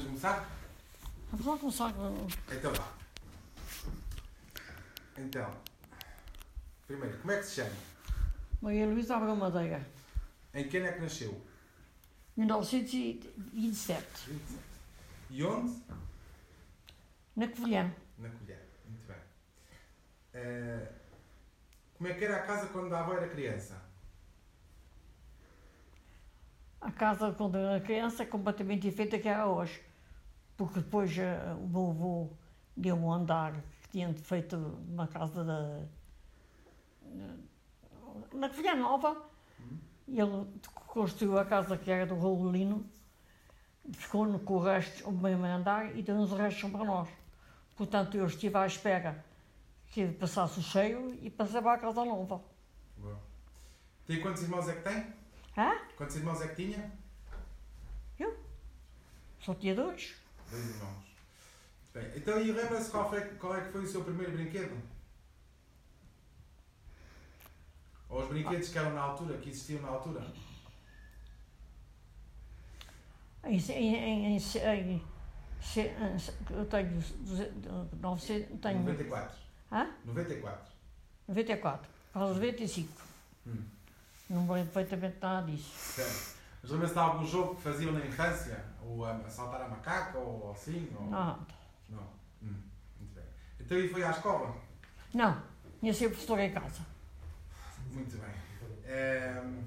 começar? Vamos lá começar. Então vá. Então. Primeiro, como é que se chama? Maria Luísa Abreu Madeira, Em que ano é que nasceu? 1927, 27. E onde? na Covilhã. Na colher. Muito bem. Eh, como é que era a casa quando a avó era criança? A casa quando eu era criança é completamente diferente da que era hoje. Porque depois eh, o meu avô deu um andar que tinha feito uma casa da. eh, na Covilhã Nova. E ele construiu a casa que era do Raulino, ficou no, com o resto, o mesmo andar, e deu-nos o resto para nós. Portanto, eu estive à espera que passasse o cheio e passei para a casa nova. Bom. Tem quantos irmãos é que tem? Hã? Quantos irmãos é que tinha? Eu? Só tinha dois. Dois irmãos. Bem, então e lembra-se qual, foi- qual é que foi o seu primeiro brinquedo? Ou os brinquedos que eram na altura, que existiam na altura? Em, em, em, em, em- em- eu tenho, duze- novece- tenho 94. hã? 94. 94, quase 95. Hum. Não me lembro perfeitamente nada disso. Certo. Mas lembra-se de algum jogo que faziam na infância? Ou a saltar a macaca, ou assim? Ou... Não, Não. Hum, Muito bem. Então e foi à escola? não tinha sido professora em casa. Muito bem. Ehm,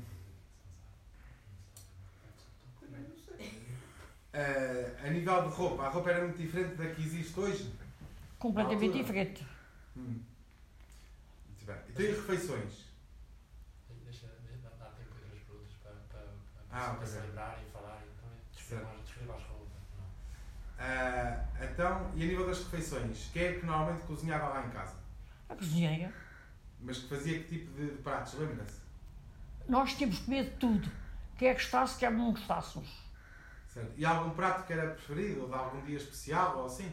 eh, a nível de roupa, a roupa era muito diferente da que existe hoje? Completamente altura. diferente. Hum. Muito bem. Então e refeições? Deixa, deixa, dá tempo para as perguntas para, para, para, Ah, para ok. se lembrar e falar. Então, descreva as- descreva as roupas. Não. Ah, então, e a nível das refeições, quem é que normalmente cozinhava lá em casa? A cozinheira. Mas que fazia que tipo de, de pratos, lembra-se? Nós tínhamos que comer de tudo. Quer gostasse, quer não gostássemos. Certo. E algum prato que era preferido, ou de algum dia especial, ou assim?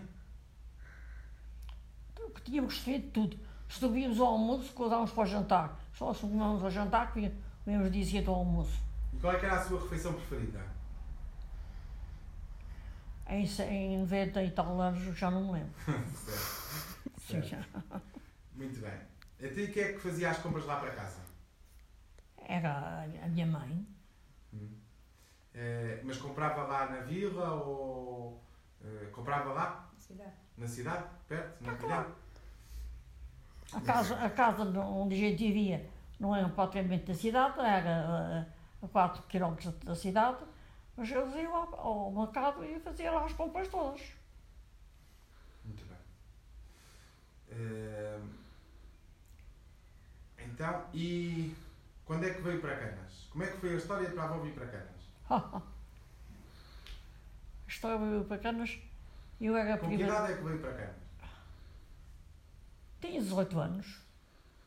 Porque Então, tínhamos que comer de tudo. Se subíamos ao almoço, guardávamos para o jantar. Só se comíamos ao jantar, comíamos comíamos dia seguinte ao almoço. E qual é que era a sua refeição preferida? Em, se- em 90 e tal anos, eu já não me lembro. Certo. Certo. Já- Muito bem. Então, e quem é que fazia as compras lá para casa? Era a- a minha mãe. Eh, mas comprava lá na vila ou eh, comprava lá na cidade, perto, na Calhar? A casa, a casa de onde a gente vivia não era propriamente da cidade, era eh, a 4 km da cidade, mas eles iam ao, ao mercado e faziam lá as compras todas. Muito bem. Eh, então, e quando é que veio para Canas? Como é que foi a história para a avó vir para Canas? a história veio para Canas. Eu era a Com que primeira. idade é que veio para Canas? Tinha 18 anos,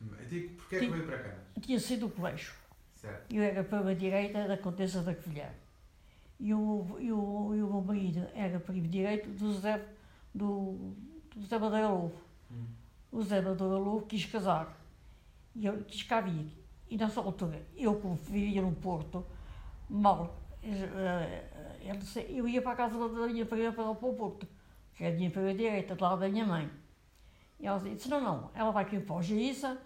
Hum, Eu digo, porquê é que Sim. veio para Canas? tinha sido o colégio. Certo. Eu era prima direita da Condessa da Covilhã. E o, e o, e o meu marido era primo direito do José, do, do José Madeira Lobo. Hum. O José Madeira Lobo quis casar. E eu quis cá vir. E nessa altura, eu como vivia no Porto, mal, eh, eh, eu, não sei, eu ia para a casa da minha prima para, para o Porto, que era a minha prima direita, do lado da minha mãe. E ela disse, não, não, ela vai aqui para o Geissa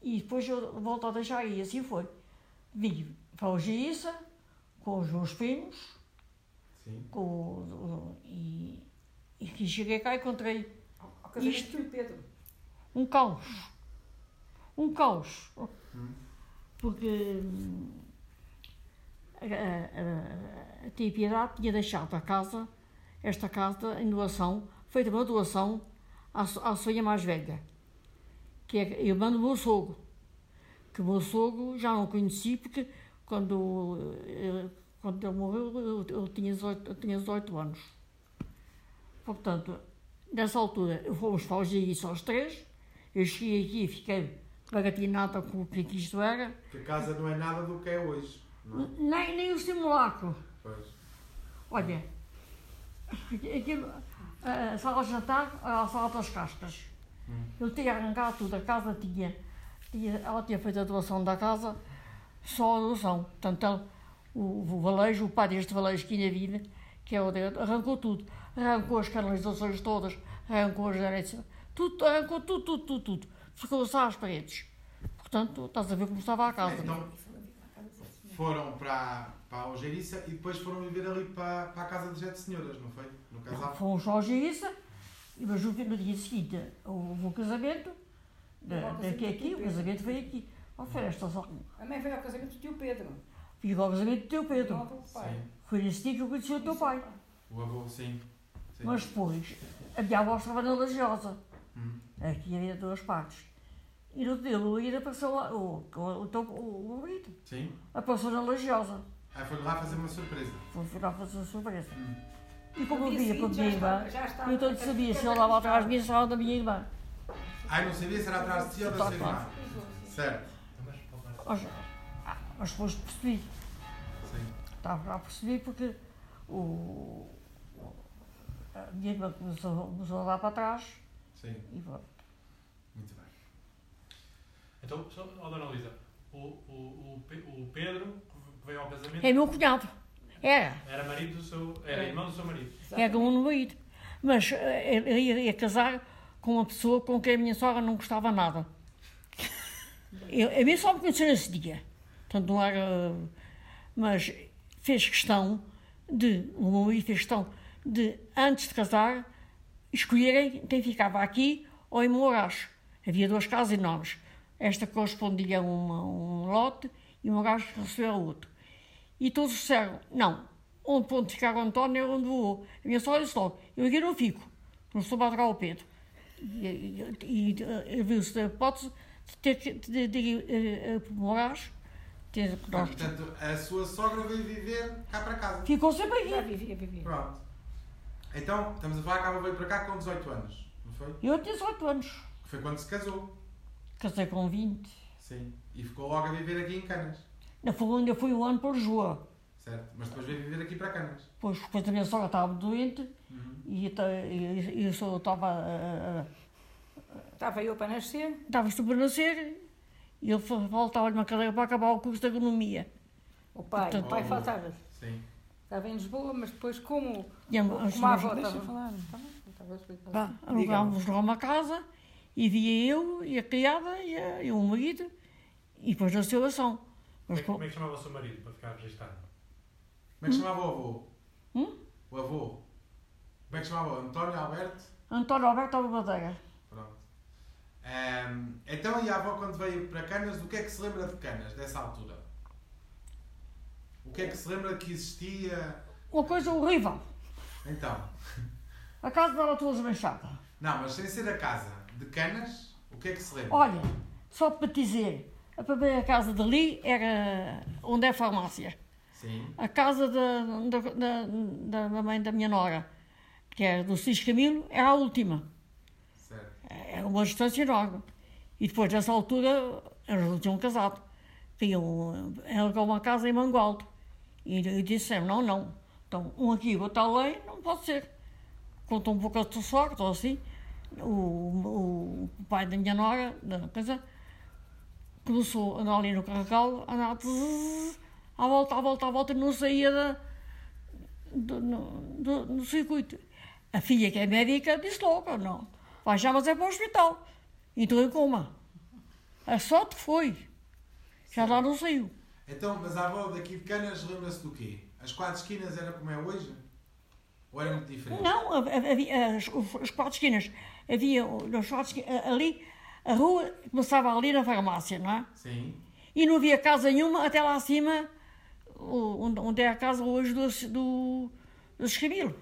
e depois eu volto a deixar aí. E assim foi. Vim para o Geissa com os meus primos, Sim. com, o- o- e, e que cheguei cá e encontrei Ao casamento Isto- do São Pedro. um caos. Um caos. Hum. Porque hum, a, a, a, a tia Piedade tinha deixado a casa, esta casa, em doação, feita uma doação à, so- à sonha mais velha, que é a irmã do meu sogro. Que o meu sogro já não conheci porque quando, eh, quando ele morreu eu, eu tinha 18, eu tinha 18 anos. Portanto, Nessa altura, fomos para os isso aos três. Eu cheguei aqui e fiquei bagatinada com o que é que isto era. Porque a casa não é nada do que é hoje. Não é? Nem, nem o simulacro. Pois. Olha, aquilo, a sala de jantar eh, era a sala das castas. Eu tinha arrancado tudo, a casa tinha, tinha- Ela tinha feito a doação da casa, só a doação. Portanto, ela- o, o Valejo, o pai deste Valejo que ainda vive, que é o dele, arrancou tudo. Arrancou as canalizações todas, arrancou as direitos, tudo, arrancou tudo, tudo, tudo, tudo. Ficou só as paredes. Portanto, estás a ver como estava a casa. Então, foram para, para a Algeiriça e depois foram viver ali para, para a casa de Sete Senhoras, não foi? No casal? Fomos à algeiriça, e mas no dia seguinte houve um casamento, da- Houve um daqui a casamento Hum. aqui, o do casamento foi aqui. Ó, filha, esta só. A mãe veio ao casamento do tio Pedro. Fui ao casamento do teu Não ao Pedro. do pai. Sim. Foi nesse dia que eu conheci o teu pai. O avô, sim. sim. Mas depois, a minha avó estava na Lagiosa. Hum. Aqui havia duas partes. E no dia do ir apareceu lá, o, o, o, teu- o, o marido. Sim. Apareceu na Lagiosa. Aí foi lá fazer uma surpresa. Foi virar fazer surpresa. Hum. E como eu No dia via com a seguinte minha já irmã, estava- já estava- eu tanto sabia se ele lá atrás me ensinava da minha irmã. Ai, não sabia se era atrás de si ou Tá, da sua irmã. Certo. Mas para o mar- Mas, ah, mas depois percebi. Sim. Estava a perceber porque o, a minha irmã começou, começou a lá para trás Sim. e pronto. Muito bem. Então, só, ó, Dona Luísa, o, o, o, Pe- o Pedro, que veio ao casamento, É meu cunhado. Era. era marido do seu. Era É. irmão do seu marido. Era um no marido. Mas eh, eu ia, ia casar com uma pessoa com quem a minha sogra não gostava nada. Eu, a minha sogra me conheceu nesse dia. Portanto, não era. Mas fez questão de. O meu marido fez questão de, antes de casar, escolherem quem ficava aqui ou em Moraes. Havia duas casas enormes. Esta correspondia a uma- um lote e Moraes recebeu a outro. E todos disseram: não, onde ponto ficar o António é onde vou. A minha sogra disse logo: eu aqui não fico, não estou para atracar o Pedro. E, e, e, e viu-se da hipótese de ter que de, de, de, de Moraes, ter que nós. Portanto, a sua sogra veio viver cá para casa. Ficou sempre Já aqui. vivia, vivia. Pronto. Então, estamos a falar que ela veio para cá com 18 anos, não foi? Eu tinha 18 anos, Que foi quando se casou. casei com 20. Sim. E ficou logo a viver aqui em Canas. Na Folândia fui um ano para Lisboa. Certo. Mas depois veio viver aqui para Canas. Pois, depois a minha sogra estava doente Uhum. e eu ta- e- e eu só estava a- a- Estava eu para nascer. estava a nascer e ele faltava-lhe uma cadeira para acabar o curso de agronomia. O pai, Portanto- o pai faltava. Sim. Estava em Lisboa, mas depois como, E a- como a as- avó Deixa estava... eu falar. Tá bem, eu estava a explicar. Vá, Alugámos lá uma casa e via eu e a criada e, a, e o marido e depois nasceu a ação. Como é, Mas, que- como co- é que chamava o seu marido para ficar registado? Como é que chamava o avô? Hum? O avô. Como é que chamava? António Alberto? António Alberto Alba Bandeira. Pronto. Ahm, então, e a avó quando veio para Canas, do que é que se lembra de Canas, dessa altura? O que é que se lembra que existia? Uma coisa horrível. Então, A casa estava toda desmanchada. não, mas sem ser a casa de Canas, o que é que se lembra? Olha, só para te dizer, a primeira casa dali era onde é a farmácia. Sim, A casa da, da, da, da- da mãe da minha nora, que era do Cis Camilo, era a última. certo. Era É uma distância enorme. E depois, nessa altura, eles não tinham casado. Tinham eh, alugou uma casa em Mangualde. E, e disseram, não, não. Então, um aqui, outro além, não pode ser. Contou um pouco a tua sorte, ou assim. O, o pai da minha nora, da casa, começou a andar ali no carregal, a andar tzz, à volta, à volta, à volta, e não saía da, do, no, do- no circuito. A filha, que é médica, disse logo: não, vai já, mas é para o hospital. Entrou em coma. A sorte foi. Já lá não saiu. Então, mas a avó daqui de Canas lembra-se do quê? As quatro esquinas era como é hoje? Ou era muito diferente? Não, ha- ha- havia as, os- as quatro esquinas. Havia o- nas quatro esqui- a- ali, a rua começava ali na farmácia, não é? Sim, E não havia casa nenhuma até lá acima, o- onde, onde é a casa hoje do, do, do Escamilo.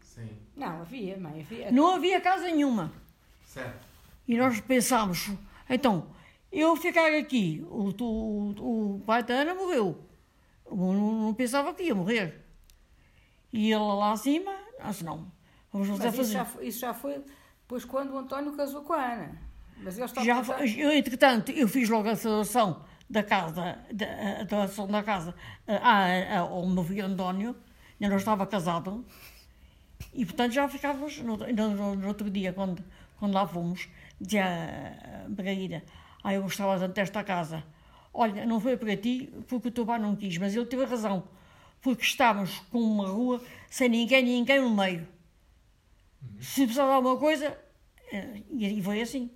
sim, Não, havia, mãe, havia. Não havia casa nenhuma. certo. E nós pensámos, então, eu ficar aqui, o, tu- o, o pai da Ana morreu. Eu Não, não pensava que ia morrer. E ela lá acima, nós não, vamos Mas fazer isso já, fazer. foi, isso já foi depois quando o António casou com a Ana. Mas eles estavam Já, fa- eu, entretanto, eu fiz logo a doação da casa, da, a doação da casa a, a, ao meu filho António, ainda não estava casado, e portanto já ficávamos, no, no- no- no outro dia, quando, quando lá fomos, dizia a Margarida, ah, eu gostava tanto desta casa. Olha, não foi para ti, porque o teu pai não quis, mas ele teve razão, porque estávamos com uma rua sem ninguém, ninguém no meio. Se precisava de alguma coisa, eh, e e foi assim.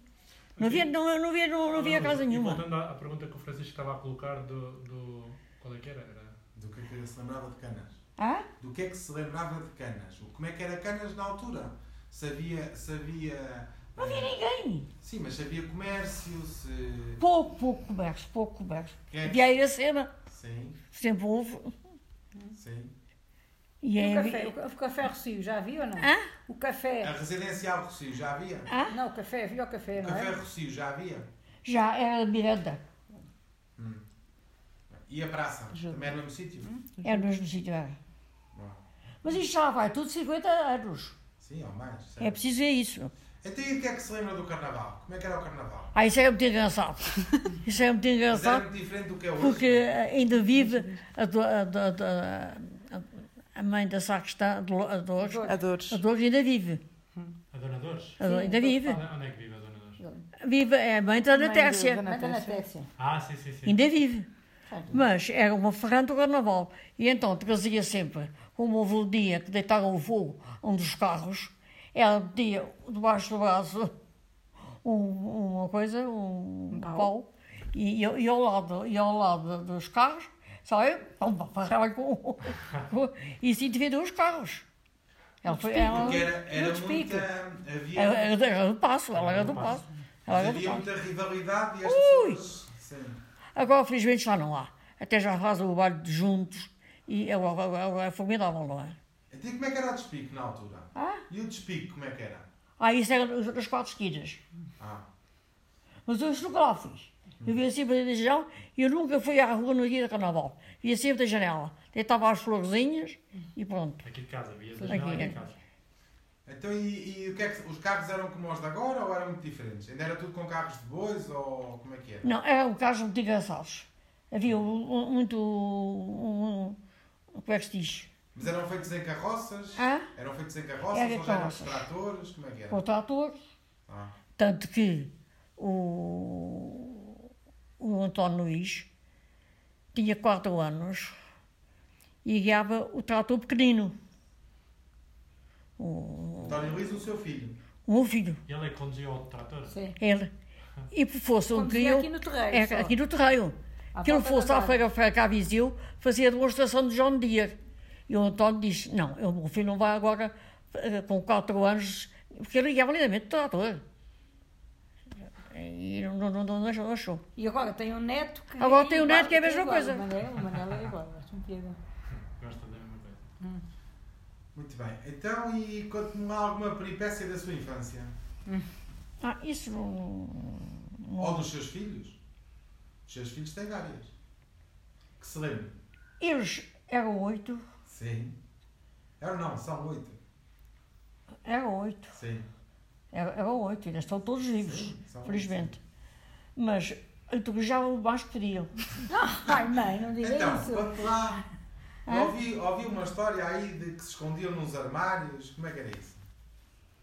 Não havia, não, não havia, não, não havia casa E nenhuma. Voltando à, à pergunta que o Francisco estava a colocar do. do qual é que era? era Do que é que se lembrava de canas? Ah? Do que é que se lembrava de canas? O- Como é que era canas na altura? Se havia. Se havia eh, Não havia ninguém. Sim, mas se havia comércio, se. Pouco, pouco comércio, pouco comércio. É. Havia aí a cena, Sim, sempre houve. sim. E é aí E o café, havia... o ca- o café Rocio, já havia ou não? Hã? O A É. café. residencial Rocio já havia? Ah, Não, o café, havia o café, O não café é? Rocio já havia? já era Miranda. E a praça? Já. Também era no mesmo sítio? Era no mesmo sítio. era. Uau. Mas isto já vai tudo 50 anos. Sim, ou mais. certo. É preciso ver isso. Então e o que é que se lembra do carnaval? Como é que era o carnaval? Ah, isso é muito engraçado. Isso é muito Mas era engraçado muito diferente do que é hoje. porque eh, ainda vive a, do- a, do- a, do- a- a mãe da sacristã, a Dolo- a Dolores. Dolores. Adores. A Dolores ainda vive. a Dona Dores? A Dol- ainda vive. Onde onde é que vive a Dona Dores? Vive, é a mãe da Mãe Ana do- Tércia. da Mas na Natácia. Téssia. Ah, sim, sim, sim. Ainda vive. Mas era uma ferrante do carnaval. E então trazia sempre, como houve um dia que deitaram o voo a um dos carros, ela metia debaixo do braço um- uma coisa, um, pau, e, e- e ao lado, e ao lado dos carros, sabe? Pumba, parava com, com, e assim dividiu os carros. Ela foi. Ela, Porque era, era Muitos muita. ela- Havia, ela era do passo, ela era do passo. Ela era do havia passo. muita rivalidade e as Ui! pessoas. Sim. Agora, felizmente, já não há. Até já fazem o baile juntos e agora, agora, agora é formidável, não é? Então e como é que era o despique na altura? Ah? E o despique como é que era? Ah, isso era nos- nas quatro esquinas. Ah, Mas eu isso nunca lá fiz. Eu via sempre da janela e eu nunca fui à rua no dia do carnaval. Via sempre da janela. Deitava as florzinhas e pronto. Aqui de casa, via da janela Aqui. aqui de casa. então e, e o que é que, os carros eram como os de agora ou eram muito diferentes? Ainda era tudo com carros de bois ou como é que era? Não, eram carros muito engraçados. Havia um- um- muito. um- um- como é que se diz? Mas eram feitos em carroças? Ah? Eram feitos em carroças Era ou já eram carroças. tratores? Como é que Com era? tratores. Ah, Tanto que o, o António Luís tinha 4 anos e guiava o trator pequenino. O, António Luís, o seu filho. o meu filho, E ele é que conduzia o trator? Sim. ele. E por força um Conduzia trio. aqui no terreiro. é, só. aqui no terreiro. À que ele volta fosse da à tarde. feira feira cá a Viseu, fazia a demonstração de John Deere. E o António disse: Não, eu- o meu filho não vai agora eh, com 4 anos, porque ele guiava lindamente o trator. E não, não, não, não deixou- não achou. E agora tem um neto que. Agora tem um neto que é a mesma igual. coisa. O Manel, o Manel é igual, acho um piada. Gosta da mesma coisa. Muito bem. Então, e conte-me lá alguma peripécia da sua infância? Ah, isso não. Ou não- dos seus filhos? Os seus filhos têm várias. Que se lembre. Eles eram oito, Sim. Eram não, são oito. eram oito, Sim. eram eram oito, ainda estão todos vivos, Sim, são felizmente. Mas entregavam o mais que podiam. Ai, mãe, não diga Então, isso. conte lá. É Hã? Ouvi, ouvi uma história aí de que se escondiam nos armários. Como é que era isso?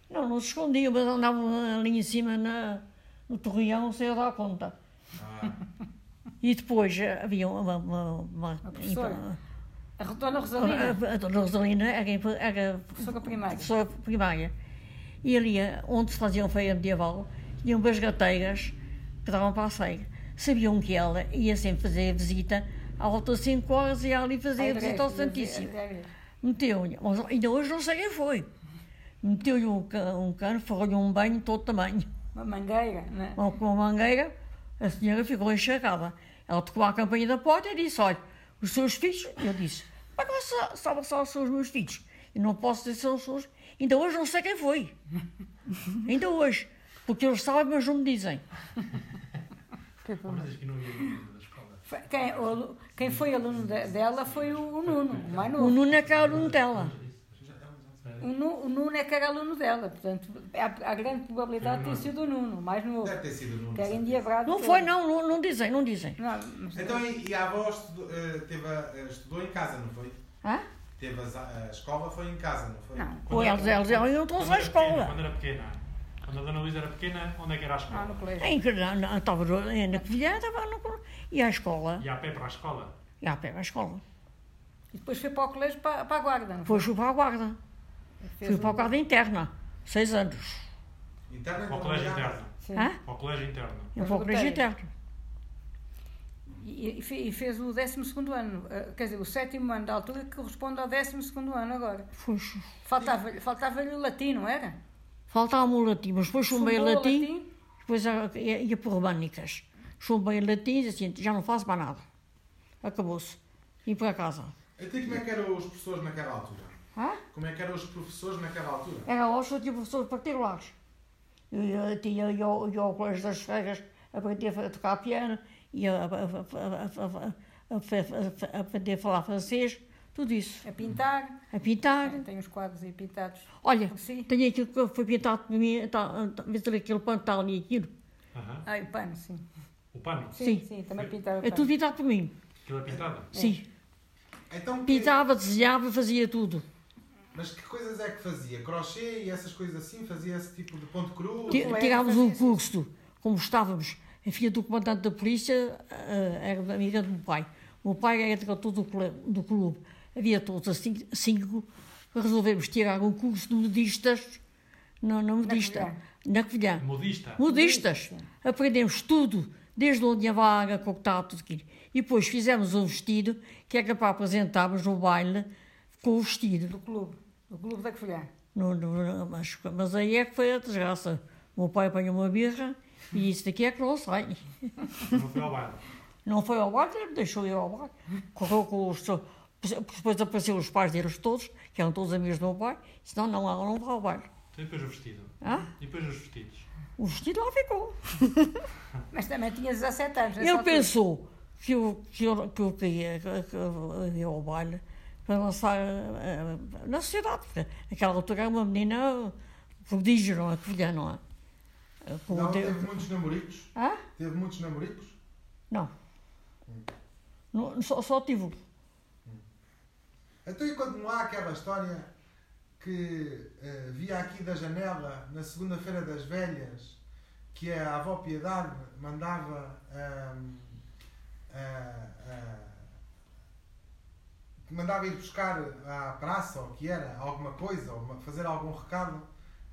Não, não se escondiam, mas andavam ali em cima na, no torreão sem dar conta. Ah, E depois eh, havia uma. uma, uma, professora? então, A Dona Rosalina. a- a- a dona Rosalina era, era Professora primária. professora primária. E ali, eh, onde se faziam feira medieval, tinham umas gateiras que davam para a ceia. Sabiam que ela ia sempre fazer a visita à volta de 5 horas e ia ali fazer a visita ao Santíssimo. Meteu-lhe, mas ainda hoje não sei quem foi. Meteu-lhe um, ca- um cano, ferrou-lhe um banho de todo tamanho Uma mangueira, né? com com uma mangueira, a senhora ficou encharcada. Ela tocou à campainha da porta e disse: Olha, os seus filhos. Eu disse: Mas não sa- sabe só os seus meus filhos. Eu não posso dizer são os seus. Ainda hoje não sei quem foi. Ainda hoje. Porque eles sabem, mas não me dizem. é Uhum. Ah, Mas aqui não havia menino da escola. Foi- Quem, é o alu- quem foi aluno de- dela foi o, o Nuno, o mais O novo. Nuno é que era aluno dela. O, Nu- o Nuno é que era aluno dela, portanto, há, há grande probabilidade de ter sido o Nuno, o mais novo. deve ter sido no Que era endiabrado. Não todo. foi, não, não, não dizem, não dizem. Não, mas- Então, e, e a avó estudo- eh, teve a- eh, estudou em casa, não foi? Hã? Teve as- a, escola, foi em casa, não foi? Não. Ou eles, eles, eles iam todos Quando à era pequena, escola. Quando era pequena. Quando a Dona Luísa era pequena, onde é que era a Ah, no escola? colégio. Em, que- na- na- estava na Covilhã, estava no. E à escola. E a pé para a escola? E à pé à escola. E depois foi para o colégio, para, para a guarda, não foi? Depois fui para a guarda. Fez Fui um- para a guarda interna, seis anos. Interna Para o de colégio Comunidade. interno. Sim. Hã? Para o colégio interno. Eu fui para o colégio interno. E, e fe- e fez o 12 ano, eh, quer dizer, o sétimo ano da altura que corresponde ao 12 ano agora. Fui- Faltava-lhe faltava o latim, não era? Faltava-me o latim, mas depois chumbei Fundou o latim, depois a- ia, ia para românicas. Chumbei latim e disse assim, já não faço mais nada. Acabou-se. Vim para casa. Até como é que eram os professores naquela altura? Hã? Como é que eram os professores naquela altura? Era hoje eu tinha professores particulares. Eu, eu tinha ia ao, ia ao colégio das freiras, aprendi a, fa- a tocar piano, ia a, a, a- a- a- a- a- a- aprender a falar francês, tudo isso. A pintar, A pintar. tem uns quadros aí pintados. Olha, Sim. tenho aquilo que foi pintado por mim, tá, tá, vê se aquele pano tal e aquilo. Aham. Ah, e o pano, sim. O pano, Sim. também pintava É pano. tudo pintado por mim. aquilo é pintado. Sim. Então, que- Pintava, desenhava, fazia tudo. mas que coisas é que fazia? Crochê e essas coisas assim? Fazia esse tipo de ponto cruz? Ti- colega Tirámos é fazia um isso. curso, como estávamos. A filha do comandante da polícia eh, era amiga do meu pai. O meu pai era diretor do clube. Do clube. Havia todos assim, cinco. Resolvemos tirar um curso de modistas. Não, não modista. Covilhã. Na Covilhã. Modista. Modistas. Aprendemos tudo, desde onde a vaga, coquetado, tudo aquilo. E depois fizemos um vestido que era para apresentarmos no baile com o vestido. Do clube, do clube da Covilhã. No, no- mas, mas aí é que foi a desgraça. O meu pai apanhou uma birra e isso daqui é que não sai. Não foi ao baile. Não foi ao bar, deixou ir ao bar. Correu com os. seus- Depois apareceram os pais deles todos, que eram todos amigos do meu pai, e disse: Não, não, ela não vai ao bar. Então, e depois o vestido. Ah? E depois os vestidos. O vestido lá ficou. Mas também tinha 17 anos. nessa Ele altura. pensou que eu, que eu, que eu queria que- que eu ia ao baile para lançar eh, eh, na sociedade, porque naquela altura era uma menina prodígio, não é? Filha, não é? Eh, com o Não, de- teve muitos namoricos? Hã? Teve muitos namoricos? Não. Não, só, só tive um. Então, e quando não há aquela história que eh, via aqui da janela, na segunda-feira das velhas, que a avó Piedade mandava. ehm, ahm, ah, ah, que mandava ir buscar à praça, ou que era, alguma coisa, ou ma- fazer algum recado,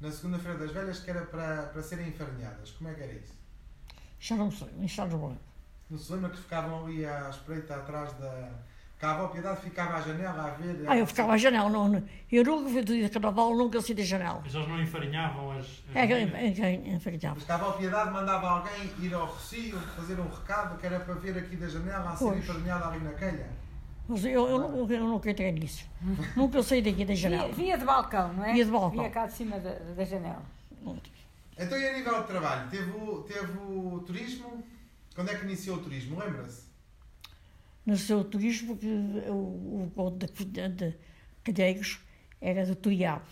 na segunda-feira das velhas, que era para, para serem enfarinhadas. Como é que era isso? Já não sei, um já não lembro. Não se lembra que ficavam ali à espreita atrás da. que a avó Piedade ficava à janela a ver. eh, Ah, eu ficava à janela. Não, não. Eu nunca fui do dia de carnaval, nunca saí da janela. Mas eles não enfarinhavam as. as É, é, meninas? é, é, Mas enfeitava. Estava a piedade, mandava alguém ir ao Rocio fazer um recado que era para ver aqui da janela a ser Pois. enfarinhada ali na calha. Mas eu, eu, não- eu nunca entrei nisso. nunca saí daqui da Vinha, janela. vinha de balcão, não é? Vinha de balcão. Vinha cá de cima da, da janela. Então, e a nível de trabalho? Teve o, teve o turismo? Quando é que iniciou o turismo? Lembra-se? Nasceu o turismo, que o conto de, de, de Calheiros era do Tuiabo.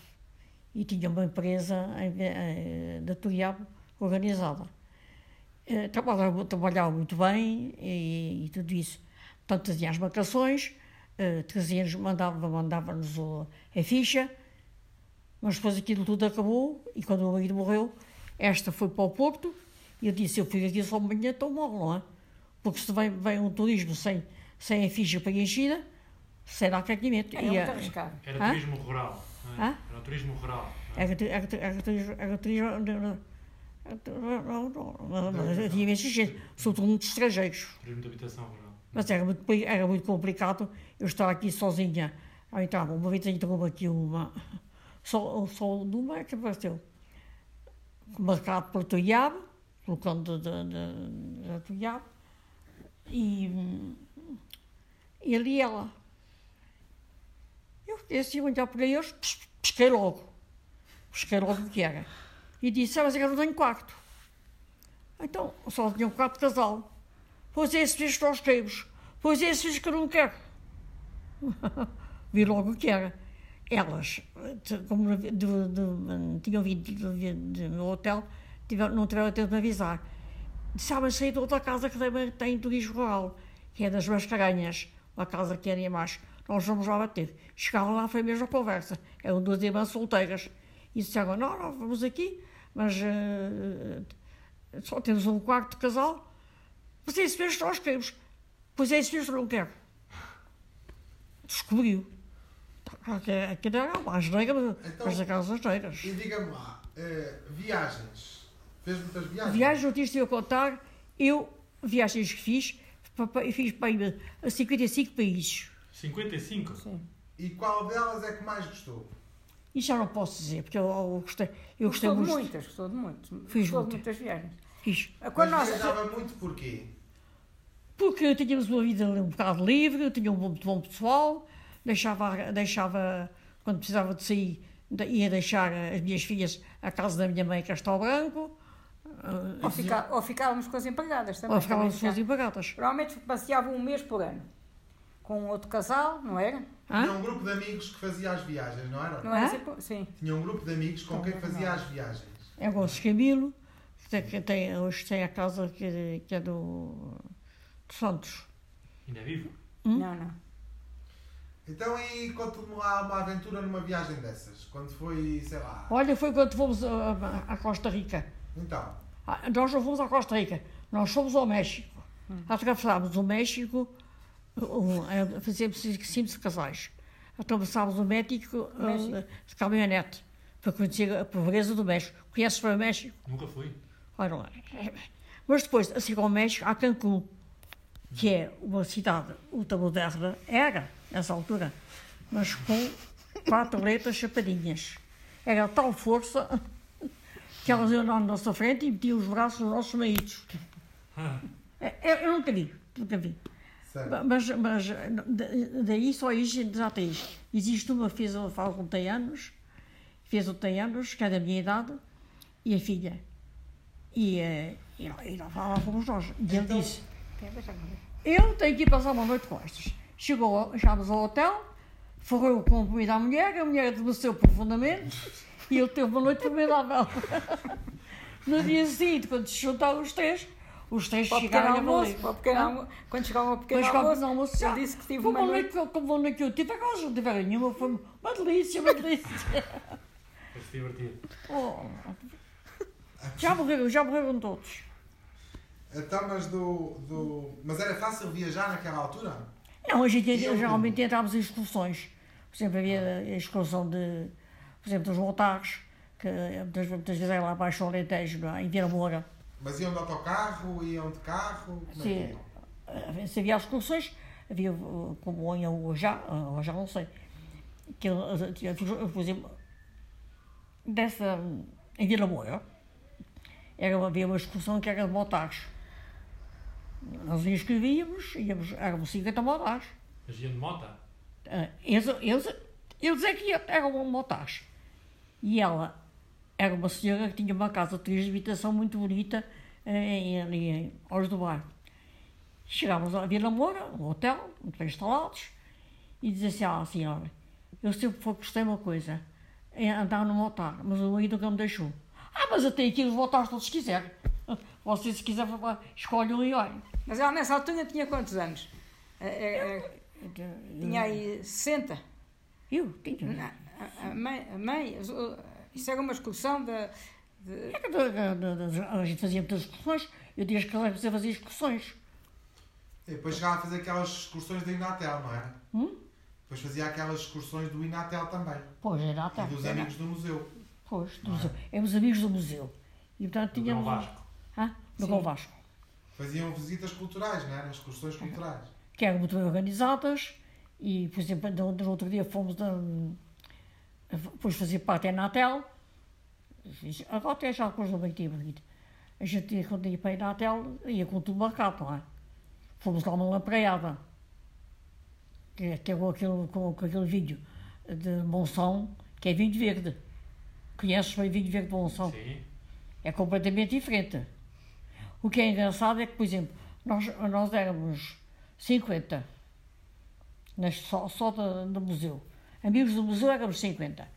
E tinha uma empresa em- eh, da Tuiabo organizada. Eh, Trabalhava, trabalhava muito bem e, e tudo isso. Portanto, trazia as marcações, eh, trazia-nos, mandava- mandava-nos o- a ficha, mas depois aquilo tudo acabou e quando o meu marido morreu, esta foi para o Porto e eu disse, eu fui aqui só amanhã, então morro, não é? Porque se vem, vem um turismo sem, sem a ficha preenchida, será que é que mete? Era E muito a- arriscado. Era Hã? turismo rural. não é? Hã? Era turismo rural. não é? Era tri- era tri- era tri- era tri- era tri- era tri- não, não, não, mas Havia imensa gente, sobretudo muitos estrangeiros. Turismo de habitação rural. Mas era muito, pe- era muito complicado eu estar aqui sozinha. Aí entrava, uma vez entrou aqui uma. Só, só uma é que apareceu. Marcado pelo Tuiabo, pelo canto da da- da Tuiabo. E hum, ele e ela. Eu fiquei assim, a olhar para eles, pes- pesquei logo. Pesquei logo o que era. E disse, ah, mas eu não tenho quarto. Então, só tinha um quarto de casal. Pois é, esse fiz que nós temos. Pois é, esse fiz que eu não quero. Vi logo o que era. Elas, t- como não vi- de- de- tinham vindo do meu hotel, tiveram- não tiveram tempo de me avisar. Disseram sair de outra casa que também tem turismo rural, que é das Mascarenhas, uma casa que era em mais. Nós vamos lá bater. Chegaram lá, foi a mesma conversa. Eram duas irmãs solteiras. E disseram: Não, não, vamos aqui, mas eh, só temos um quarto de casal. Mas é isso mesmo que nós queremos. Pois é isso mesmo que eu não quero. descobriu. Tá, Aquilo era uma asneira, mas Então- mas é daquelas asneiras. E diga-me lá, eh, viagens. Fez muitas viagens? Viagens, não tive de eu contar, eu, viagens que fiz, pa- pa- eu fiz para aí eh, a 55 países. 55? Sim. E qual delas é que mais gostou? Isso já não posso dizer, porque eu, eu gostei, eu gostei Gostou de muito. muitas, gostou de muitas. Fiz Gostou de muitas. muitas viagens. Fiz. Mas Quando nós, viajava muito porquê? Porque tínhamos uma vida um bocado livre, eu tinha um bom, bom pessoal, deixava, deixava, quando precisava de sair, de- ia deixar eh, as minhas filhas à casa da minha mãe, que está ao branco, eh, ou, fica- ou ficávamos com as empregadas também. ou ficavam também pessoas embagadas. Provavelmente passeavam um mês por ano. Com outro casal, não era? Tinha Hã? um grupo de amigos que fazia as viagens, não era? Não era Hã? sempre- Sim. Tinha um grupo de amigos com quem fazia as viagens. É o Gonçalo Camilo, que, tem, que tem- hoje tem a casa que, que é do, do Santos. Ainda é vivo? Hum? Não, não. Então e conta-me lá uma aventura numa viagem dessas. Quando foi, sei lá. Olha, foi quando fomos ah, à Costa Rica. Então, Ah, Nós não fomos à Costa Rica, nós fomos ao México. Atravessámos o México, um, eh, fizemos cinco casais. Atravessámos o México, eh, México. de caminhonete, para conhecer a pobreza do México. Conheces para o México? Nunca fui. Olha lá. Mas depois, assim ao México, há Cancún, que é uma cidade ultramoderna, era, nessa altura, mas com quatro letras chapadinhas. Era tal força que elas iam na nossa frente e metiam os braços nos nossos maridos. É, Eu, eu nunca vi, nunca vi. sério. Ba- Mas, mas eh, não, da- daí só existe, já tens. Existe uma que fez um, faz 80 anos, fez 80 anos, que é da minha idade, e a filha. E, eh, e, lá- e lá falávamos nós. E ele Então- disse, Tem a ver já com isso. eu tenho que ir passar uma noite com estas. Chegou, ao- chegámos ao hotel, forrou com o comida à mulher, a mulher adormeceu profundamente e ele teve uma noite formidável. No dia seguinte, quando se juntaram os três, os três Para o pequeno chegaram a almoço, morrer. para o pequeno almoço. Quando chegava ao pequeno Mas almoço, quando não almoçar, eu disse que tive como uma a noite. noite que eu- como a noite que eu tive, agora não tiveram nenhuma, foi uma delícia, uma delícia. Vai se divertir. Oh. Já morreram, já morreram todos. Então, mas do, do. Mas era fácil viajar naquela altura? Não, a gente é Eu- geralmente entrávamos em excursões. Por exemplo, havia a excursão de, por exemplo, dos voltares, que muitas, muitas vezes era lá abaixo ao Alentejo, não é? em Vila Moura. Mas iam de autocarro, iam de carro? Como é que Sim. iam? Ah, se havia as excursões, havia uh, como em Oujá, ah, já não sei, que ah, tinha, por exemplo, dessa, em Vila Moura, era, uma- havia uma excursão que era de motares. Nós inscrevíamos, íamos, éramos 50 motares. Mas iam de mota? Ah, eles, eles, eles é que eram motares. E ela era uma senhora que tinha uma casa de três habitação muito bonita eh, em, ali em Olhos do Bar. Chegámos à Vila Moura, um hotel, muito bem instalados, e dizia assim à senhora, eu sempre fui- gostei de uma coisa, é andar no motar, mas o marido nunca me deixou. Ah, mas até aqui os motares todos quiserem. Vocês se quiserem, escolhem um e olhem. Mas ela nessa altura tinha quantos anos? É, é, é, Tinha aí 60. Eu tinha. Na- A, a mãe, a mãe, o- isso era uma excursão da. de- É que da- da- da- da- A gente fazia muitas excursões, eu tinha que fazer fazer excursões. E depois chegava a fazer aquelas excursões do Inatel, não era? Hum? Depois fazia aquelas excursões do Inatel também. Pois, era até. e dos amigos do museu. Pois, dos, éramos amigos do museu. E portanto Do Grão tínhamos. um- Vasco. Hã? Do Gol Vasco. Faziam visitas culturais, não era? Excursões Tá. culturais. Que eram muito bem organizadas e, por exemplo, no, no outro dia fomos da. Depois fazer parte na Natel. Agora até já depois do meio-dia, Margarida. A gente, ia- quando ia para a Natel, ia com tudo marcado, não é? Fomos lá uma lampreiada. que que é com aquele, com, com aquele vinho de Monção, que é vinho verde. Conheces bem vinho verde de Monção? Sim. É completamente diferente. O que é engraçado é que, por exemplo, nós, nós éramos 50, nas, só, só do, do museu. Amigos do museu éramos 50.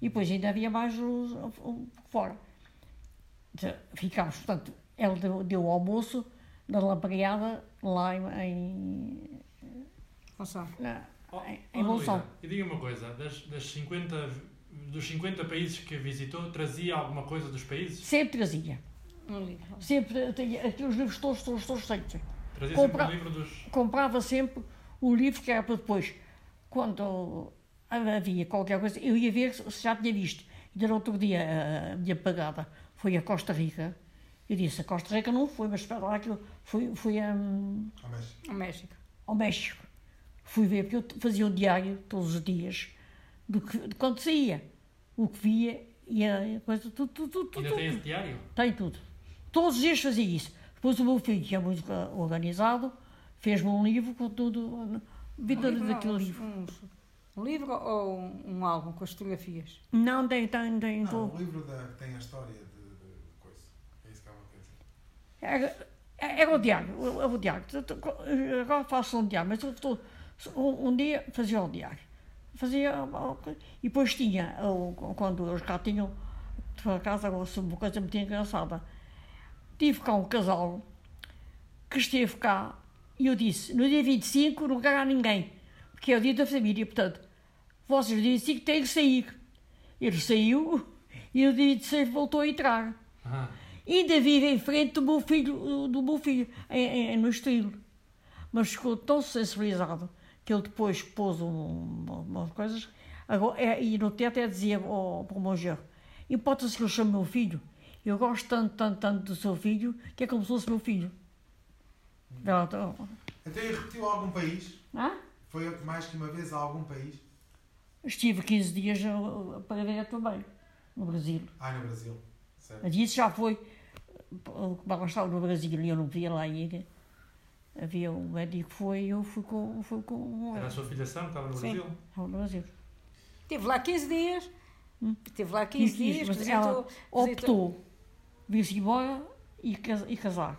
E depois ainda havia mais os, um, fora. Então, Ficámos, portanto, ele deu, deu o almoço da lampariada lá em, em, Função. na- Oh, em, oh, em Ana Monção. Luísa, E diga-me uma coisa, das, das 50, vi- dos 50 países que visitou, trazia alguma coisa dos países? Sempre trazia. Um livro. Sempre tinha aqueles livros todos, todos, todos, sempre. Trazia Compra- sempre um livro dos... comprava sempre o livro que era para depois. quando havia qualquer coisa, eu ia ver se já tinha visto. Ainda no outro dia, a minha pagada foi a Costa Rica. Eu disse, a Costa Rica não foi, mas espera lá que eu fui, fui hum, Ao México. No Um México. ao México. Fui ver, porque eu t- fazia um diário todos os dias do que de quando saía, o que via e a coisa, tudo, tudo, tudo, tudo. Ainda é tem esse diário? Tem tudo. Todos os dias fazia isso. Depois o meu filho, que é muito ah, organizado, fez-me um livro com tudo. Vi Um tudo livro, daquele não, livro. Um, um livro ou um, um álbum com as fotografias? Não, tem, tem, tem. Não, tudo. o um livro da, tem a história de, de coisa. É isso que ela quer dizer. Era, era É, o diário, o- é o diário. Tu- tu- co- Agora faço um diário, mas eu estou- um, um dia fazia um diário. Fazia uma coisa. e depois tinha, o- quando eles cá tinham, por acaso agora soube uma coisa muito engraçada. Tive cá um casal que esteve cá e eu disse, no dia 25 não caga ninguém, porque é o dia da família, portanto, vocês no dia 25 têm que sair. Ele saiu e no dia 26 voltou a entrar Aham. ainda vive em frente do meu filho, do meu filho em- em- no estilo. Mas ficou tão sensibilizado que ele depois pôs um, umas coisas. Agora, é, e no teto até dizia ao, para o meu genro: Importa-se que eu chame meu filho? Eu gosto tanto, tanto, tanto do seu filho que é como se fosse meu filho. Pronto. Então, e repetiu algum país? Ah? Foi mais que uma vez a algum país? Estive 15 dias eh, para ver também, no Brasil. Ah, no Brasil. Certo. Mas isso já foi. eh, O que mais estava no Brasil e eu não via lá ainda. Havia um médico que foi e eu fui com, um fui com Era a sua filiação que estava no Sim. Brasil? ao Brasil. Teve lá 15 dias. Teve lá 15 Quis, dias. Hum. mas visitou- ela visitou- optou vir-se embora e, cas- e casar.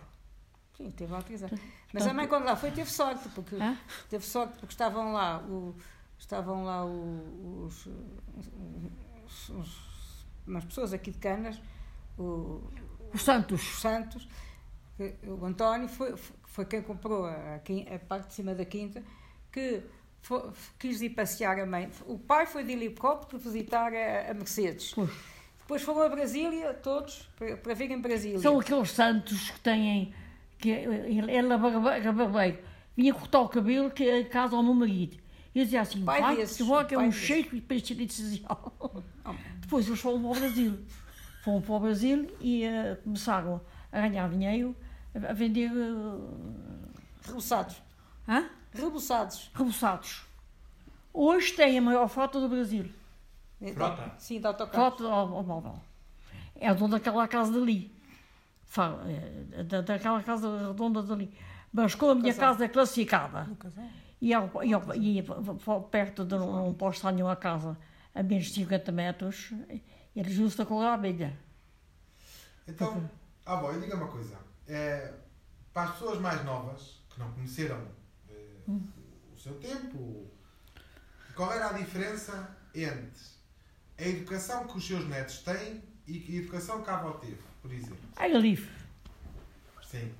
Sim, teve lá 15 anos. Mas a mãe, quando lá foi, teve sorte, porque, Hã? teve sorte porque estavam lá, o, estavam lá o- os, os- os- umas pessoas aqui de Canas, o, O Santos. os Santos, que o António foi, foi quem comprou a, a quin- a parte de cima da quinta, que fo- quis ir passear a mãe. O pai foi de helicóptero visitar a, a Mercedes. Pois. Depois foram a Brasília, todos, para, para verem Brasília. São aqueles santos que têm. que eh, ele era barba- era barbeiro. Vinha cortar o cabelo que casa ao meu marido. Eu dizia assim: Pai vai, desses, que vou que é pai um desses." Oh, cheiro e depois tirei decisão. Depois eles foram para o Brasil. Foram para o Brasil e eh, começaram a ganhar dinheiro, a a vender eh, Rebuçados. uh, Rebuçados. reboçados. Hoje tem a maior frota do Brasil. Frota? Sim, de autocarro. Frota ao, ao móvel. oh, É o dono daquela casa dali. Fala, eh, da- daquela casa redonda dali. Mas com a minha Casal. casa é classificada. E, ao, e, ao, e ao- perto de um, um posto há nenhuma casa, a menos de 50 metros, eles usam com a abelha. Então, ah bom, e diga uma coisa. É, para as pessoas mais novas, que não conheceram eh, o seu tempo, qual era a diferença entre a educação que os seus netos têm e que a educação que a avó teve, por exemplo? Ai, livre. Sim.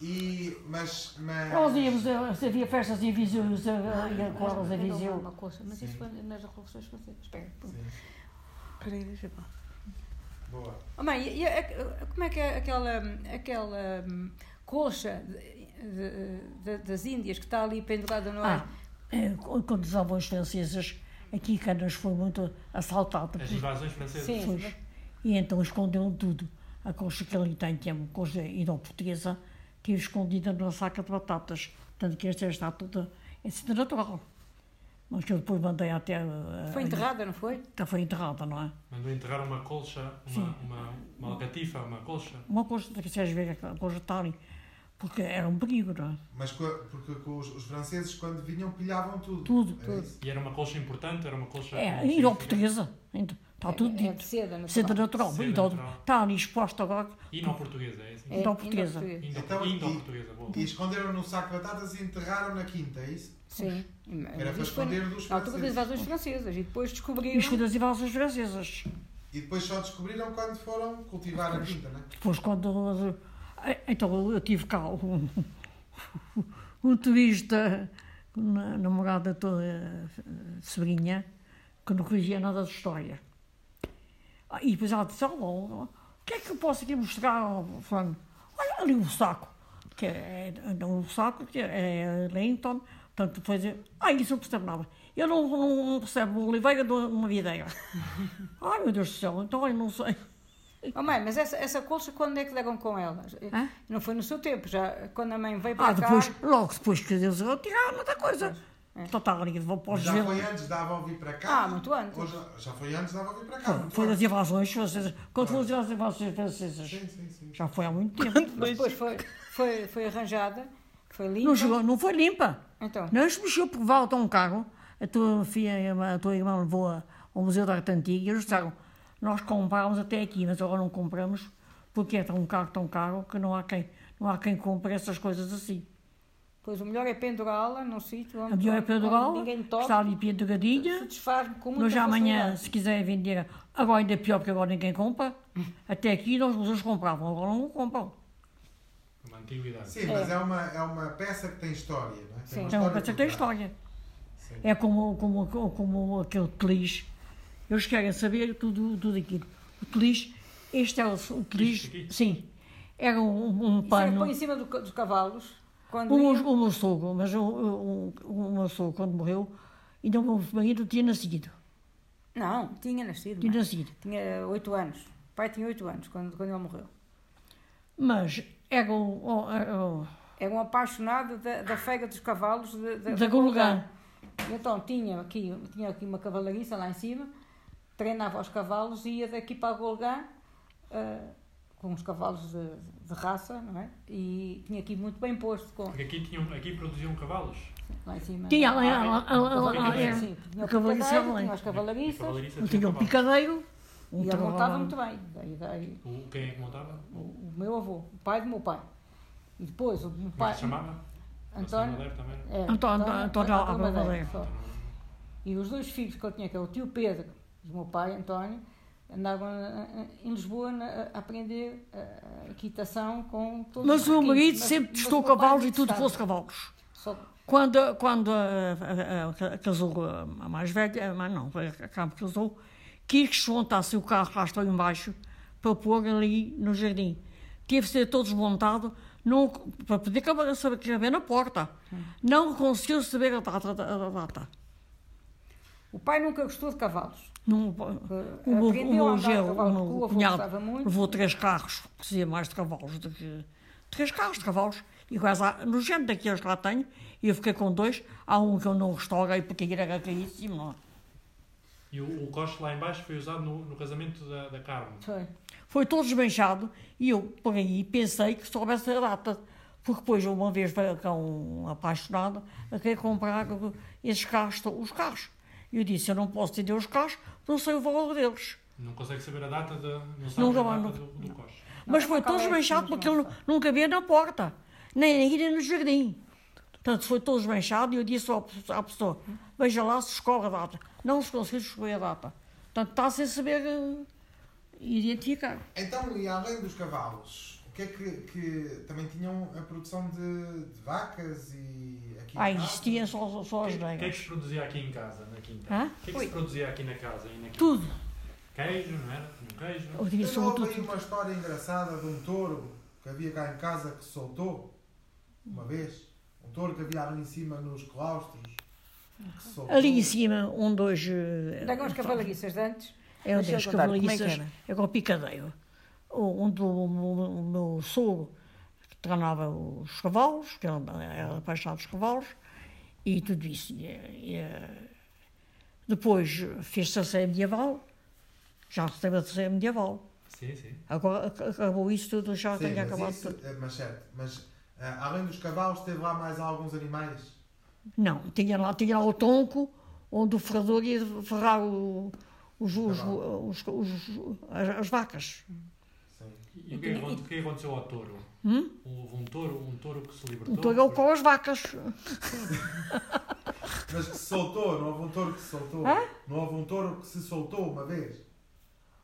E, mas, mas... Nós íamos, eh, se havia festas em Viseu, eu Ah, ia com elas em Viseu. mas isso Sim. isso foi foi nas revoluções francesas. Espera, Sim, peraí, deixa eu boa. oh, Mãe, e a- a- como é que é aquela, aquela hum, colcha de- de- de- das Índias que está ali pendurada no Ah, ar? eh, quando os avós franceses, aqui Canas foi muito assaltada. É As por- invasões francesas? Sim. Pois. E então esconderam tudo. A colcha que ali tem, que é uma colcha inoportuguesa, que é escondida numa saca de batatas. Tanto que esta é está toda em sítio natural. Mas que eu depois mandei até. eh, Foi ali- enterrada, não foi? Tá, Foi enterrada, não é? Mandou enterrar uma colcha, uma, uma, uma alcatifa, uma colcha. Uma colcha, se quiseres ver, aquela colcha está ali. Porque era um perigo, não é? Mas co- porque co- os, os franceses, quando vinham, pilhavam tudo. Tudo, Era tudo. isso? E era uma colcha importante, era uma colcha... É, significa- ir ao portuguesa. Então, está tudo é, é dito. de seda, não Senta natural. Senta Então, natural. está ali exposto agora. Hino ao portuguesa, é assim? É. Então, portuguesa. Indo, Então, indo ao e- portuguesa, boa. E esconderam no saco de batatas e enterraram na quinta, é isso? Sim. Era para esconder dos Na altura franceses. das invasões francesas. E depois E descobriram... os das invasões francesas. E depois só descobriram quando foram cultivar a quinta, né? Depois, Tipo, quando. Então, eu tive cá um, um turista, na- namorada da tua eh, sobrinha, que não conhecia nada de história. Ah, E depois ela disse: "Olha, o que é que eu posso aqui mostrar ao fulano? Olha ali o saco, que é, é um saco que é Linton, Portanto, depois eu, ah, isso não percebo nada. Eu não, não, não percebo o Oliveira de uma videira. Ai, meu Deus do céu, então eu não sei. Oh, mãe, mas essa, essa colcha quando é que deram com ela? Hã? Não foi no seu tempo, já quando a mãe veio para Ah, cá. depois, logo depois que Deus tiraram outra coisa. Pois, é. Então está ali, vou para os Já gelo. foi antes da avó vir para cá? Ah, muito antes. Ou já, já foi antes da avó vir para cá? Foi, muito foi das antes. invasões francesas. Quando foram as invasões francesas, Sim, sim, sim. já foi há muito tempo. Mas depois foi, foi, foi arranjada, foi limpa. Não, chegou, não foi limpa. Então, Não se mexeu porque vale tão caro. um A tua filha, e a ma- a tua irmã levou a- ao Museu da Arte Antiga e eles disseram: Nós comprámos até aqui, mas agora não compramos porque é tão caro, tão caro que não há quem, não há quem compre essas coisas assim. pois o melhor é pendurá-la num sítio onde, A melhor é onde- Pedrogal, onde ninguém toca. está ali penduradinha. se desfaz com muita Nós já amanhã, facilidade. se quiserem vender, agora ainda é pior porque agora ninguém compra. Até aqui nós os compravam, agora não compram. Uma antiguidade. Sim, mas é uma, é uma peça que tem história, não é? Sim. Então, uma peça que tem por trás. história. Sim. É como, como, como aquele telis. Eles querem saber tudo, tudo aquilo. O telis, este é o, o telis, Isto aqui? sim. Era um, um Isso é era pano. põe em cima do ca- dos cavalos. Quando O ia- meu, o meu sogro, mas o, o, o meu sogro, quando morreu, ainda o meu marido tinha nascido. Não, tinha nascido. Tinha mãe. nascido. Tinha oito anos. O pai tinha oito anos quando, quando ele morreu. Mas era o, o- era o- Era um apaixonado da, da feira dos cavalos de, de, da Golugã. Então tinha aqui, tinha aqui uma cavalariça lá em cima, treinava os cavalos e ia daqui para Golgã ah, com os cavalos de, de raça, não é? E tinha aqui muito bem posto com, Porque aqui, tinham, aqui produziam cavalos. lá em cima. Tinha lá, Ah, lá, lá, lá, lá, é. era. Sim, tinha o o cavalariça é lá. picadeiro, tinha os E cavalariças cavalariça Tinha um cavalos. picadeiro. Então, e ele trabalho. montava muito bem. Daí, daí, O, quem é que montava? o, o meu avô, o pai do meu pai. E depois o meu Como é pai. que se chamava? António. Madeira também. É, Antó- Antó- Antó- Antó Madeira, Madeira. só. E os dois filhos que eu tinha, que é o tio Pedro e o meu pai, António, andavam eh, eh, em Lisboa na- a aprender eh, a equitação com todos Mas os o meu requintes. marido Mas- sempre mas o testou meu pai cavalos não e tudo testava. fosse cavalos. Só- Quando, quando ah, ah, ah, casou a a mais velha, eh, mas não, a Campo casou, quis que se montasse o carro lá estou embaixo para pôr ali no jardim. Teve de ser todo desmontado não, para poder caber, saber, caber na porta. Não conseguiu saber a data. A data- a data. O pai nunca gostou de cavalos. Não, Eh, o meu, aprendeu o meu a andar de gelo, cavalo, o porque meu avô gostava cunhado, muito. levou três carros, precisa mais de cavalos do que. Três carros de cavalos. E quase há, no género daqueles que lá tenho, e eu fiquei com dois. Há um que eu não restaurei porque era caríssimo. Não. é? E o, o coche lá em baixo foi usado no, no casamento da, da Carmen. Foi. Foi todo desmanchado e eu, por aí, pensei que soubesse a data. Porque depois, uma vez, veio cá um apaixonado a querer comprar esses carros, to- os carros. E eu disse: Eu não posso vender os carros, não sei o valor deles. Não consegue saber a data da. Não sabe Nunca a mais, data nunca. do, do coche. Mas Não, foi todo qual é que desmanchado nos porque ele lança? não cabia na porta, nem nem ainda no jardim. Portanto, foi todo desmanchado e eu disse ao- à pessoa: veja lá se escolhe a data. Não se conseguiu escolher a data. Portanto, está sem saber eh, identificar. Então, e além dos cavalos, o que é que, que também tinham a produção de, de vacas e aqui em Ah, casa? existiam só, só O as que, é- o que é que negras. se produzia aqui em casa, na quinta? Hã? O que é que se produzia aqui na casa? E na quinta? Tudo. Queijo, não era? Tinha um queijo. Eu tinha Eu não sobretudo. ouvi Então, uma história engraçada de um touro que havia cá em casa que se soltou uma vez. Um touro que havia ali em cima nos claustros. Que se soltou. Ali em cima, um, dois. eh, Daí com as cavalariças de antes. É o Deixa eu das contar, como é que cavalariças, era? é com o picadeiro. O- Onde o, o- o meu sogro treinava os cavalos, que ele era apaixonado dos cavalos, e tudo isso. E, e, eh, depois fez-se a ceia medieval, já se teve a ceia medieval. Sim, sim. Agora ac- acabou isso tudo, já Sim, tem mas acabado isso- tudo. eh, Mas certo, mas ah, além dos cavalos, teve lá mais alguns animais. Não, tinha lá, tinha lá o tonco, onde o ferrador ia ferrar o- os, os- os- os- as, as vacas. Sim. E o que, é que aconte- o que é que aconteceu ao touro? Hum? Houve um touro, um touro que se libertou. O tonco é o com as vacas. Mas que se soltou, não houve um touro que se soltou. Hã? Não houve um touro que se soltou uma vez.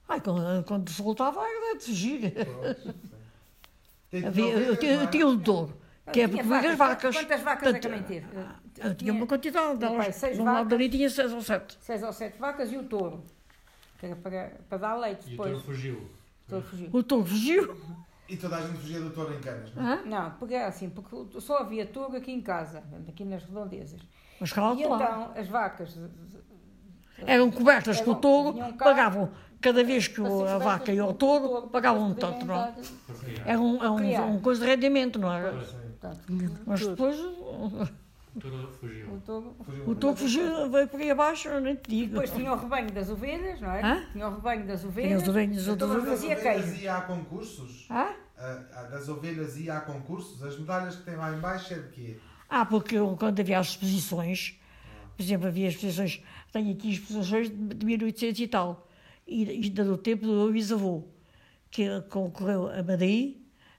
Ai, quando, quando soltava, era de fugir. Pronto, sim. Tem que Havia, não eu, ver, tinha- não eu é? tinha um douro, que é para Tinha comer as vacas. Quantas vacas é que a mãe Portanto, teve? Eu tinha uma quantidade meu pai, delas. seis Num lado vacas. dali tinha seis ou sete. seis ou sete vacas e o touro, que era para, para dar leite E o touro depois. fugiu. O touro fugiu. O touro fugiu. E toda a gente fugia do touro em canas, não é? um- Hã? Não, porque é assim, porque só havia touro aqui em casa, aqui nas redondezas. Mas claro, e claro. então um- as vacas Eram cobertas com o Eram- touro, tinham cá- pagavam, cada vez que o- Vocês Tipo, a gostam vaca de ia ao touro, pagavam um tanto. não é? experimentar, Porque Era um, era um- Criar. um coisa de rendimento, não era? Pois, portanto, Mas tudo. depois tudo O fugiu. touro. Fugiu o touro fugiu, veio por aí abaixo, eu nem te digo. Depois tinha o rebanho das ovelhas, não é? Hã? Tinha o rebanho das Tinha ovelhas. os ovelhos, Então, outros mas das fazia ovelhas queijo. ia a concursos? Ah? Hã? A- a das ovelhas ia a concursos? As medalhas que tem lá em baixo é de quê? Ah, porque eu, quando havia as exposições, por exemplo, havia exposições, tenho aqui exposições de de 1800 e tal, e, e do tempo do meu bisavô, que concorreu a Madrid,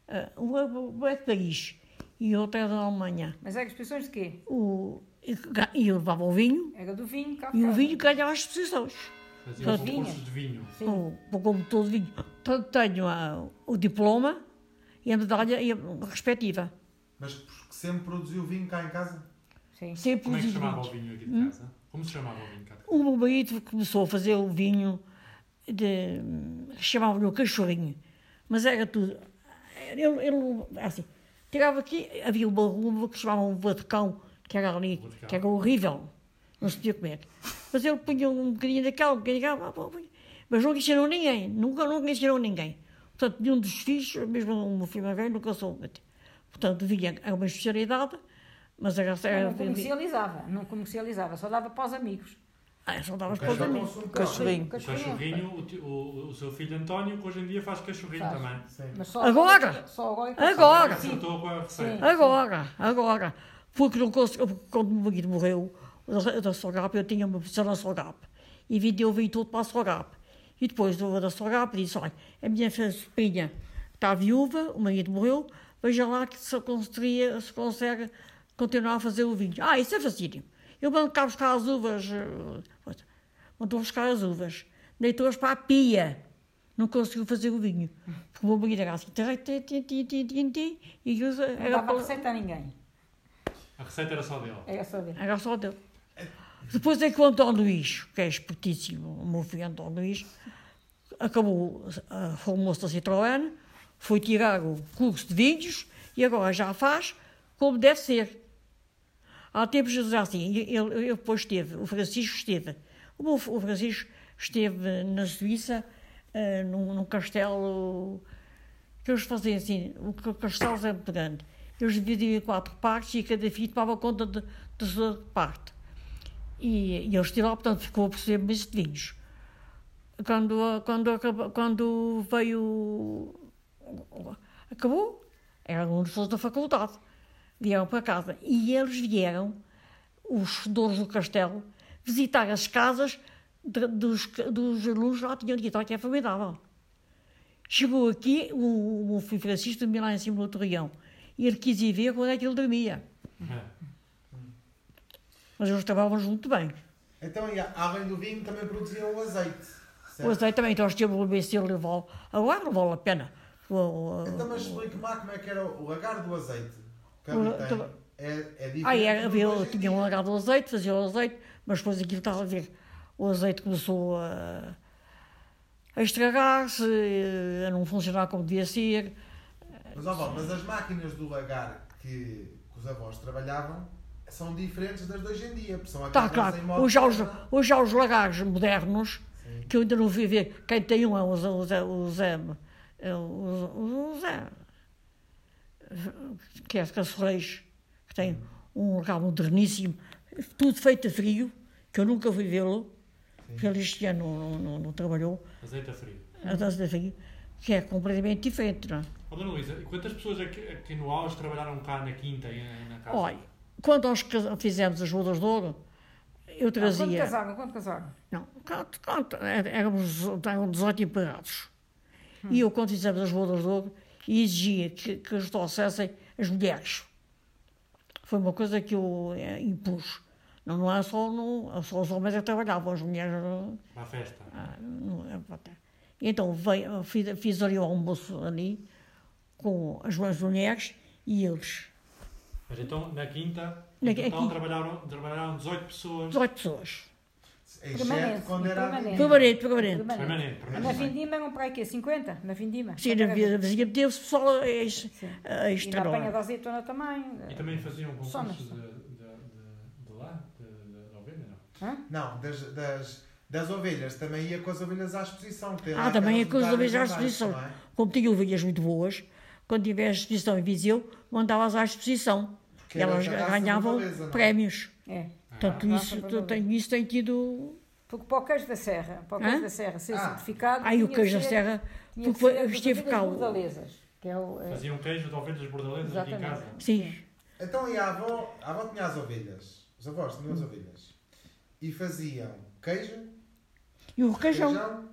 ah, uma é de Paris e outra é da Alemanha. Mas era exposições de quê? O, e, ga- e eu levava o vinho, Era do vinho, cá e o fora. vinho ganhava as exposições. Fazia um Vinho. concurso de vinho. Sim. Com, com- como todo vinho. Tanto tenho ah, o diploma e a medalha e a respectiva. Mas porque sempre produziu vinho cá em casa? Sim. Sempre Como é que se produzi chamava vinhos. o vinho aqui de casa? Como se chamava o vinho cá de casa? O meu marido começou a fazer o vinho de. chamavam-lhe o cachorrinho. Mas era tudo. Ele, ele assim, tirava aqui, havia uma uva que chamavam vaticão, que era ali, Vaticão. que era horrível. Não se podia comer. Mas ele punha um bocadinho daquela, um bocadinho daquela, pá, pá, pá. mas nunca ensinou ninguém, nunca, nunca ensinou ninguém. Portanto, nenhum dos filhos, mesmo o meu filho mais velho, nunca soube. Portanto, vinha, era uma especialidade, mas era. Mas era não comercializava, não comercializava, só dava para os amigos. ah, só dava as Era coisas a só mim. consumo Cachorrinho. O cachorrinho, o, ti- o, o seu filho António, que hoje em dia faz cachorrinho Faz. também. próprio. Sim. Mas só Agora! Só agora. que- Agora! Sim. Acertou com a receita. Agora, agora. Porque não consigo, porque quando o meu marido morreu da, da Sogap, eu tinha uma pessoa na Sogap. E vendeu o vinho todo para a Sogap. E depois do da Sogap disse: olha, a minha fi- sobrinha está viúva, o marido morreu, veja lá que se, conseguia, se consegue continuar a fazer o vinho. Ah, isso é facílimo. Eu mando cá buscar as uvas. eh, coisa. Mandou buscar as uvas. Deitou-as para a pia. Não conseguiu fazer o vinho. Porque o meu marido era assim. "Tará, ti, ti, ti, ti, ti, ti", E eu, eh, Não era, dava para- receita a ninguém. É A receita era só dele. Era só dele. era só dele. Depois é que o Antão Luís, que é espertíssimo, o meu filho Antão Luís, acabou, ah, formou-se na Citroën, foi tirar o curso de vinhos e agora já faz como deve ser. Há tempos já assim, ele, ele depois esteve, o Francisco esteve. O, meu- o Francisco esteve na Suíça, eh, num, num castelo que eles faziam assim, o ca- castelo é muito grande. Eles dividiam em quatro partes e cada filho tomava conta de- da sua parte. E, e eles tiraram, portanto, ficou a perceber meses de vinhos. Quando, a- quando, acaba- quando veio. Acabou, eram alunos todos da faculdade, vieram para casa. E eles vieram, os senhores do castelo, visitar as casas de- dos, ca- dos alunos lá, tinham dito, olha que é formidável. Chegou aqui, o, o Fui Francisco dormia lá em cima do torreão. E ele quis ir ver quando é que ele dormia. É. Mas eles trabalhavam junto bem. Então, e a- além do vinho, também produziam o azeite. certo? O azeite também, então, eles tinham o BC Leval. Agora não vale a pena. O- o- Então, mas explique-me lá como é que era o lagar do azeite. Que O- ali tem. então- É, é diferente. Ah, era, do havia, hoje em tinham dia. largado o azeite, faziam o azeite, mas depois aquilo estava a ver. O azeite começou a, a estragar-se, a não funcionar como devia ser. Mas, ó, Val, mas as máquinas do lagar que, que os avós trabalhavam são diferentes das de hoje em dia. porque São Está agarradas Tá, claro. em modo Hoje há, os, de- hoje há os lagares modernos, Sim. que eu ainda não vi ver. Quem tem um é o Zé. O Zé, o Zé, é o- o Zé que é de Caçoleiros, que tem um lugar moderníssimo, tudo feito a frio, que eu nunca fui vê-lo, porque ele este ano não, não, não trabalhou, É. Azeite a frio. a dança de frio, que é completamente diferente, não é? Ó, Dona Luísa, e quantas pessoas aqui, aqui no auge trabalharam cá na quinta e na- na casa? Olha, quando nós casa- fizemos as bodas de ouro, eu Ah, Quando trazia... casaram, quando casaram? Não, canto, canto. É- Éramos, eram 18 empregados. Hum. E eu, quando fizemos as bodas de ouro, exigia que, que os trouxessem as mulheres. Foi uma coisa que eu eh, impus. Não, não é só, não, só os homens é que trabalhavam, as mulheres. eh, Para a festa. ah, não era para ter. E Então veio, fiz, fiz ali o almoço ali com as minhas mulheres e eles. Mas então, na quinta, Na- no total aqui. trabalharam, trabalharam 18 pessoas. 18 pessoas. Em Permanente, Sete, quando era. É. permanente. Permanente, permanente. Permanente, Na permanente. Vindima eram para aí quê? 50? Na Vindima? Sim, na vida vizinha teve-se pessoal ex, Sim. E na apanha da extra. azeitona também. E também faziam Só concursos nessa. de, de, de, de lá, de, de, de ovelha, não? Hã? Não, das, das, das ovelhas. Também ia com as ovelhas à exposição. que tem Ah, lá também ia aquelas com as lugares ovelhas à embaixo, exposição. não é? Como tinha ovelhas muito boas, quando tivesse exposição em Viseu, mandava-as à exposição. Porque e era um elas da raça ganhavam burgalesa, não é? prémios. É. Portanto, Ah, isso, raça burgalesa. tenho, isso tem tido. Porque para o queijo da Serra, para o queijo Hã? da Serra ser Ah. certificado. Aí o tinha queijo que da ser- serra, tinha porque que ser foi- das esteve ovelhas cá. o- bordalesas, que é o- é- Faziam queijo de ovelhas bordalesas aqui em Exatamente. casa. Sim, Então, e a avó, a avó tinha as ovelhas. Os avós tinham as ovelhas. E faziam queijo, e o feijão. requeijão.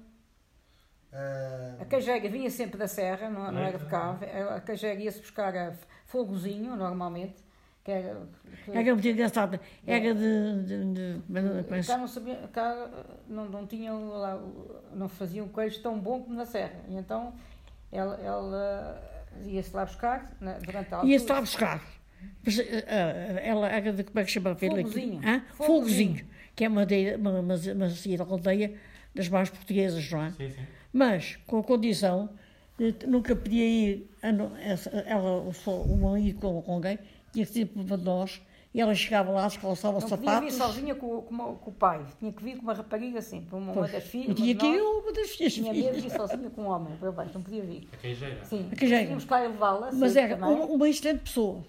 ah, A cajega vinha sempre da serra, não, não era de cá. Eh, Leite, A cajega ia-se buscar a f- fogozinho, normalmente. Que era, que- Era muito engraçado. Era de. de, de, mas- cá não, sabia, cá eh, não, não tinham lá, o- não faziam queijo tão bom como na serra. E então ela, ela eh, ia-se lá buscar na, durante a altura. Ia-se lá buscar. Mas, eh, eh, ela era de, como é que chama a vila aqui? Fogozinho. Hã? Fogozinho. Fogozinho, Que é uma, de, uma, uma, uma cidade aldeia das mais portuguesas, não é? Sim, sim. Mas, com a condição, de t- nunca podia ir, a no- essa- ela só uma ir com com alguém, tinha que ser para nós, e ela chegava lá, descalçava Não os podia vir sapatos. sozinha com, o- com o- com o pai, tinha que vir com uma rapariga sempre, uma, uma Pois, das filhas. e tinha uma que de ir nós. uma das filhas. Tinha medo de ir sozinha com um homem, para baixo, não podia vir. A É queijeira. Sim, A cajega. tínhamos que lá levá-la. é. Mas sempre era também. uma, uma excelente pessoa.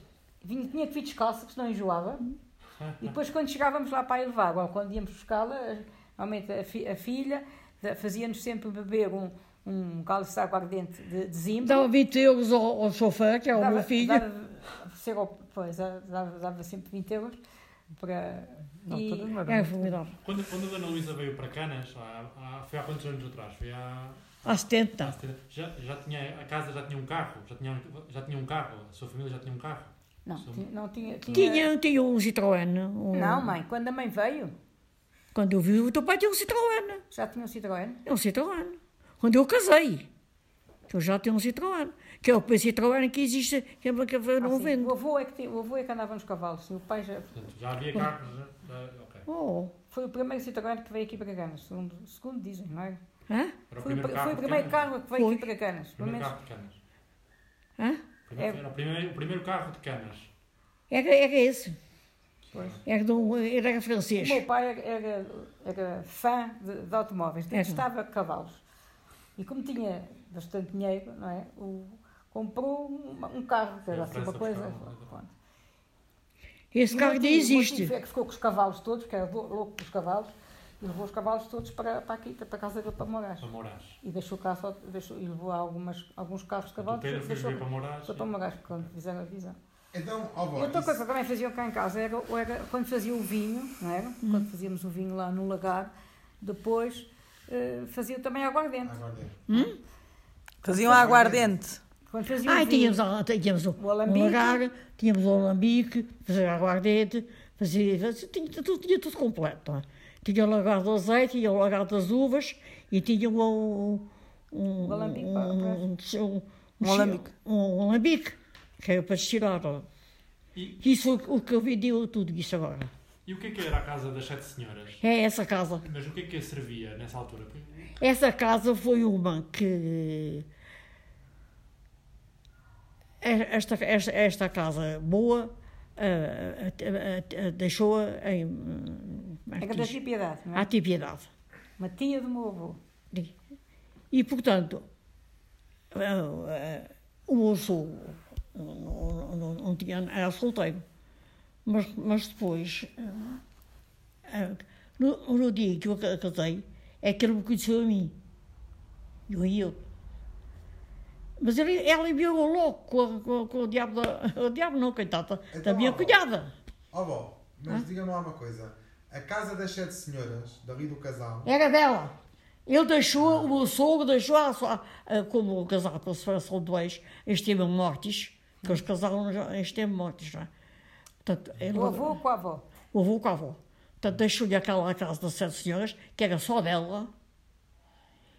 Vinha, tinha que vir descalça, porque senão enjoava. E depois, quando chegávamos lá para a elevar, ou quando íamos buscá-la, realmente a, fi- a filha da- fazia-nos sempre beber um, um cálice de aguardente de, de zimbro. Dava 20 euros ao, ao chauffeur, que é o meu filho. Dava, ser ao- pois, dava, dava sempre 20 euros para. e- É formidável. Quando, quando a Dona Luísa veio para Canas, há, há, foi há quantos anos atrás? Foi há. Há 70. há setenta- Já, já tinha, a casa já tinha um carro, já tinha, já tinha um carro, a sua família já tinha um carro. não, Sim. tinha, não tinha, tinha- Tinha, tinha um Citroën. um- Não, mãe, quando a mãe veio, Quando eu vi o teu pai tinha um Citroën. já tinha um Citroën. É um Citroën. Quando eu casei, eu já tinha um Citroën. Que é o primeiro Citroën que existe, que é que eu Ah, não sim, o, vendo. avô é que, ti- o avô é que andava nos cavalos, sim, o pai já, Portanto, já havia carros. Já, já- ok. Oh, Foi o primeiro Citroën que veio aqui para Canas, segundo, segundo dizem, não é? hã? Era Foi, o pri- foi o de primeiro Canas. carro que veio Foi. aqui para Canas. O Pelo primeiro menos carro de Canas. Hã? Primeiro- É. Era o primeiro, o primeiro carro de Canas. Era, era esse. Pois. Era, de um, era, era o francês. meu pai era, era, era fã de, de automóveis, Era. detestava cavalos. E como tinha bastante dinheiro, não é? O, comprou um, um carro, que era Em assim uma França coisa. buscavam, não é? pronto. Esse carro O ainda meu tio- o meu existe. tio É que ficou com os cavalos todos, que era lou- louco pelos cavalos, e levou os cavalos todos para, para aqui, para a casa dele, para Moraes. Para Moraes. E deixou cá só, deixou, e levou algumas, alguns carros de O cavalos. Pedro foi deixou- viver para Moraes. Só para uma gajo, quando fizeram a visão. Então, ó E vó, outra isso- coisa que também faziam cá em casa era, ou era quando fazia o vinho, não era? Quando fazíamos o vinho lá no lagar, depois eh, fazia também aguardente. Agora é. Faziam aguardente. Quando fazia Ah, o e vinho, tínhamos, a- tínhamos o, O alambique. um lagar, tínhamos o alambique, fazia aguardente, fazia, fazia tinha, tudo, tinha tudo completo. não é? Tinha o lagar do azeite, tinha o lagar das uvas e tinha o, um, um, O alambique, um, pá, pá. um, um, Um alambique. um alambique, que era para tirar. ó. E, Isso foi o que eu vendi eu tudo isso agora. e o que é que era a casa das sete senhoras? É essa casa. Mas o que é que servia nessa altura? Porque- Essa casa foi uma que. eh, Esta, esta, esta casa boa ah, ah, ah, deixou-a em. como é que era da diz? tipiedade, não à é? tipiedade. Uma tia do meu avô. E, portanto, ah, ah, o moço não, não, não- não tinha, era solteiro. Mas, mas depois, ah, ah, no, no dia em que eu ca- casei, é que ele me conheceu a mim. Eu e eu. Mas ele, ela enviou logo com, a- com, a- com o diabo da. O diabo não, coitada. Então, da minha ó. cunhada. Ó vó, Ah? mas diga-me lá uma coisa. A casa das sete senhoras, dali do casal, Era dela. Ele deixou, o meu sogro deixou, a sua, a- como o casal com a separação do ex, esteve mortes, que eles casaram já esteve mortes, não é? Portanto, ele, O avô com a avó. o avô com a avó. Portanto, deixou-lhe aquela casa das sete senhoras, que era só dela,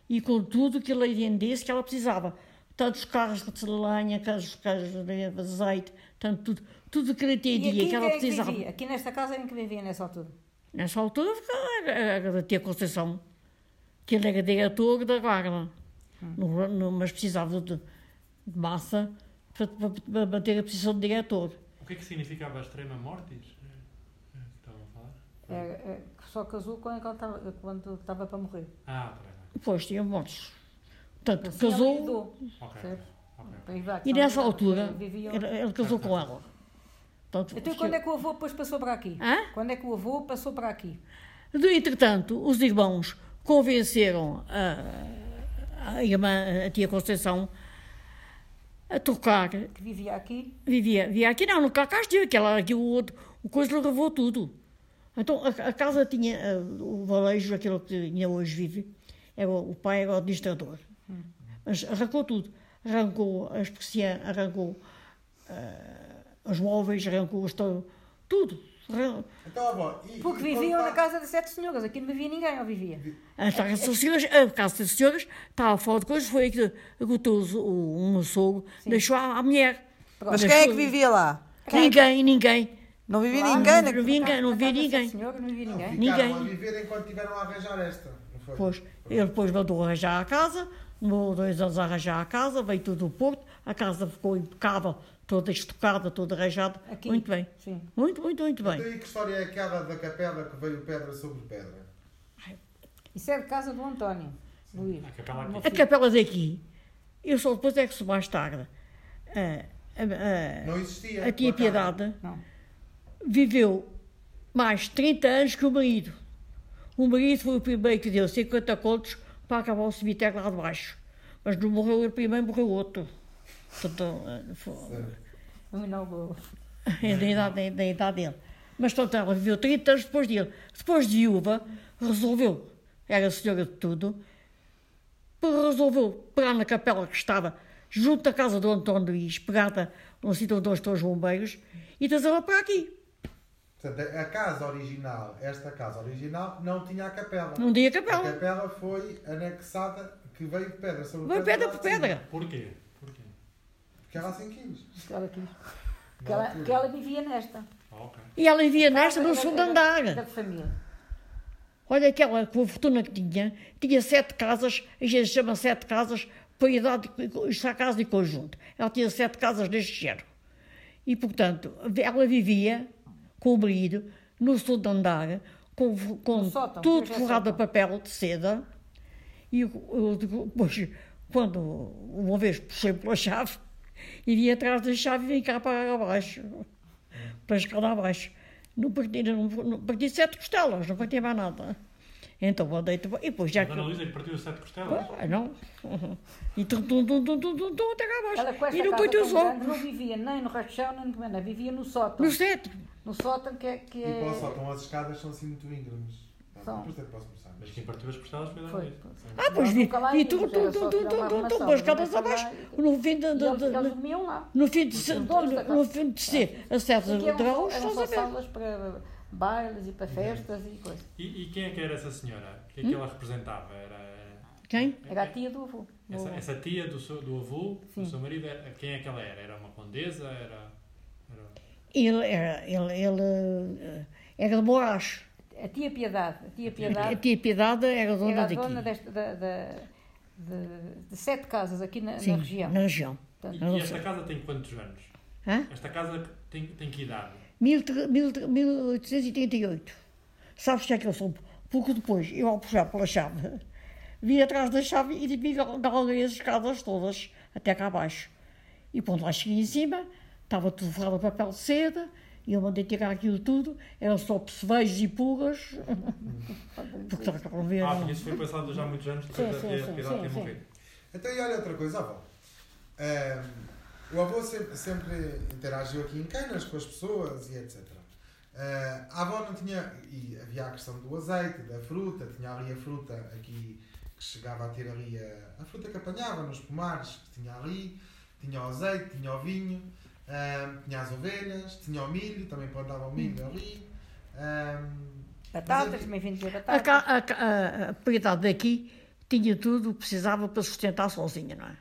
e com tudo que ele vendesse que ela precisava. Tantos carros de lenha, carros, carros de azeite, tanto tudo, tudo que ele E tinha, aqui que quem ela é que precisava. vivia? é Aqui nesta casa era em que vivia nessa altura. Nessa altura era- era da Tia Conceição, que ele era diretor da guarda, Hum. No- no- mas precisava de, de massa para, para- para manter a posição de diretor. O que é que significava a extrema mortis? É, é, que Estavam a falar? Era- era- é, só casou quando ela estava- quando estava para morrer. Ah, peraí. Depois tinha mortos. Portanto, Assim ela casou herdou. Ok. Certo. ok, ok. Aí vai, e nessa ela- altura viviam- ele, ele casou com ela. Portanto, Então, quando é que o avô depois passou para aqui? Hã? Quando é que o avô passou para aqui? De- Entretanto, os irmãos convenceram a, a irmã, a tia Conceição, a trocar. Que vivia aqui? Vivia, vivia aqui, não, no Cacás tinha, que ela, aqui o outro, o coisa lhe levou tudo. Então, a, a casa tinha, eh, o valejo, aquilo que ainda hoje vive, era, o o pai era o administrador. Mas arrancou tudo. Arrancou as persianas, arrancou eh, os móveis, arrancou os to- tudo. Arran- Então, avó, e, tá- Porque e viviam na contar- casa de sete senhoras. Aqui não vivia ninguém, ou vivia? A Casa das Senhoras, a Casa das Senhoras estava fora de coisas, foi que agotou o, o sogro, deixou à, à mulher. Mas Deixou- quem é que vivia lá? Ninguém, ninguém. Não vivia Claro. ninguém Não na... vi ninguém, não Na vi casa de sete ninguém. senhoras, não vivia Não, ninguém. ficaram Ninguém. a viver enquanto tiveram a arranjar esta, não foi? Pois, ele depois mandou arranjar a casa, demorou dois anos a arranjar a casa, veio tudo do Porto, a casa ficou impecável, toda estocada, toda arranjada. Aqui. Muito bem. Sim. Muito, muito, muito Então, bem. e que história é aquela da capela que veio pedra sobre pedra? Isso é de casa do António, Luís. A capela aqui. Uma A filha. capela daqui, eu só depois é que se mais tarde. eh, eh, Não existia. eh, a tia por acaso. Piedade. Não. viveu mais 30 anos que o marido. O marido foi o primeiro que deu 50 contos para acabar o cemitério lá de baixo. Mas não morreu ele primeiro, morreu outro. Portanto, eh, foi- Não inaugurou. é da idade, da- da idade dele. Mas, portanto, ela viveu 30 anos depois dele. Depois de viúva, resolveu, era senhora de tudo, pe- resolveu pegar na capela que estava junto da casa do António Luís, pegada no sítio onde estão os bombeiros, e trazê-la para aqui. Portanto, a casa original, esta casa original, não tinha a capela. Não tinha A capela. capela foi anexada, que veio de pedra sobre Foi pedra por lá de cima, pedra. Porquê? Porquê? Porque era assim quis. Que ela quis. Que ela, que ela vivia nesta. Ah, É ok. E ela vivia nesta no Era- segundo era- andar. Da família. Olha aquela com a fortuna que tinha, tinha sete casas, a gente chama sete casas, para idade, isto é casa de conjunto. Ela tinha sete casas deste género. E, portanto, ela vivia com o marido no segundo andar, com, com No sótão, tudo pois é, forrado a sótão. papel de seda. E eu- eu depois, quando uma vez puxei pela chave, e vim atrás da chave e vim cá para abaixo, para escalar abaixo. Não parti, não, não parti sete costelas, não parti mais nada. Então andei e depois já A que. Dona Luísa que partiu as sete costelas. Ah, não. E tum, tum, tum, tum, tum, tum, tum, até cá Ela com abaixo. esta E não casa partiu tão só. grande, não vivia nem no rachão, nem no comandante. Vivia no sótão. No sétimo. No sótão que é... Que E é... para o sótão as escadas são assim muito íngremes. São. Portanto, posso começar. Mas quem partiu as costelas foi a Dona Foi. Luísa. Ah, pois vi. nunca lá E íamos, tum, tum, era tum, só tum, tirar tum, tum, uma tum, arrumação, para as casas não era abaixo. só lá e- No fim de. E de- eles, eles de- dormiam lá. No fim de ser, donos da casa. no fim de ser, acesso Aqui eram só, dragões, eram só estás a ver? salas para bailes e para Uhum. festas e coisas. E, e quem é que era essa senhora? O que é que ela representava? Era Quem? Era Hum? a tia do avô. essa, Do- essa tia do seu do avô, Sim. do seu marido, era, quem é que ela era? Era uma condesa? Era, era- Ele era, ele, ele eh, era de Moraes. A tia Piedade. A tia A Piedade tia Piedade era dona era a daqui. dona desta, da, da- de, de sete casas aqui na, na Sim, região. na região. E, Não e esta sei. casa tem quantos anos? Hã? Esta casa tem, tem que idade? Mil tre- mil tre- 1838. Sabes o que é que eu soube? Porque depois, eu ao puxar pela chave, vi atrás da chave e vi gal- galguei as escadas todas, até cá abaixo. E quando lá cheguei em cima, estava tudo forrado a papel de seda, e eu mandei tirar aquilo tudo, eram só percevejos e pulgas, porque lá não ver. Ah, porque isso foi passado já há muitos anos depois Sim, da sim, tia sim, Piedade sim, ter sim. morrido. Então, e olha outra coisa, avó. Ahm, o avô sempre, sempre interagiu aqui em Canas com as pessoas e etc. Ah, a avó não tinha. E havia a questão do azeite, da fruta, tinha ali a fruta aqui que chegava a ter ali a, a fruta que apanhava nos pomares que tinha ali, tinha o azeite, tinha o vinho, ahm, tinha as ovelhas, tinha o milho, também plantava o Hum. milho ali. Ehm, ahm, Batatas, também vendia A, batatas. ca- a, ca- a, a propriedade daqui tinha tudo o que precisava para sustentar sozinha, não é?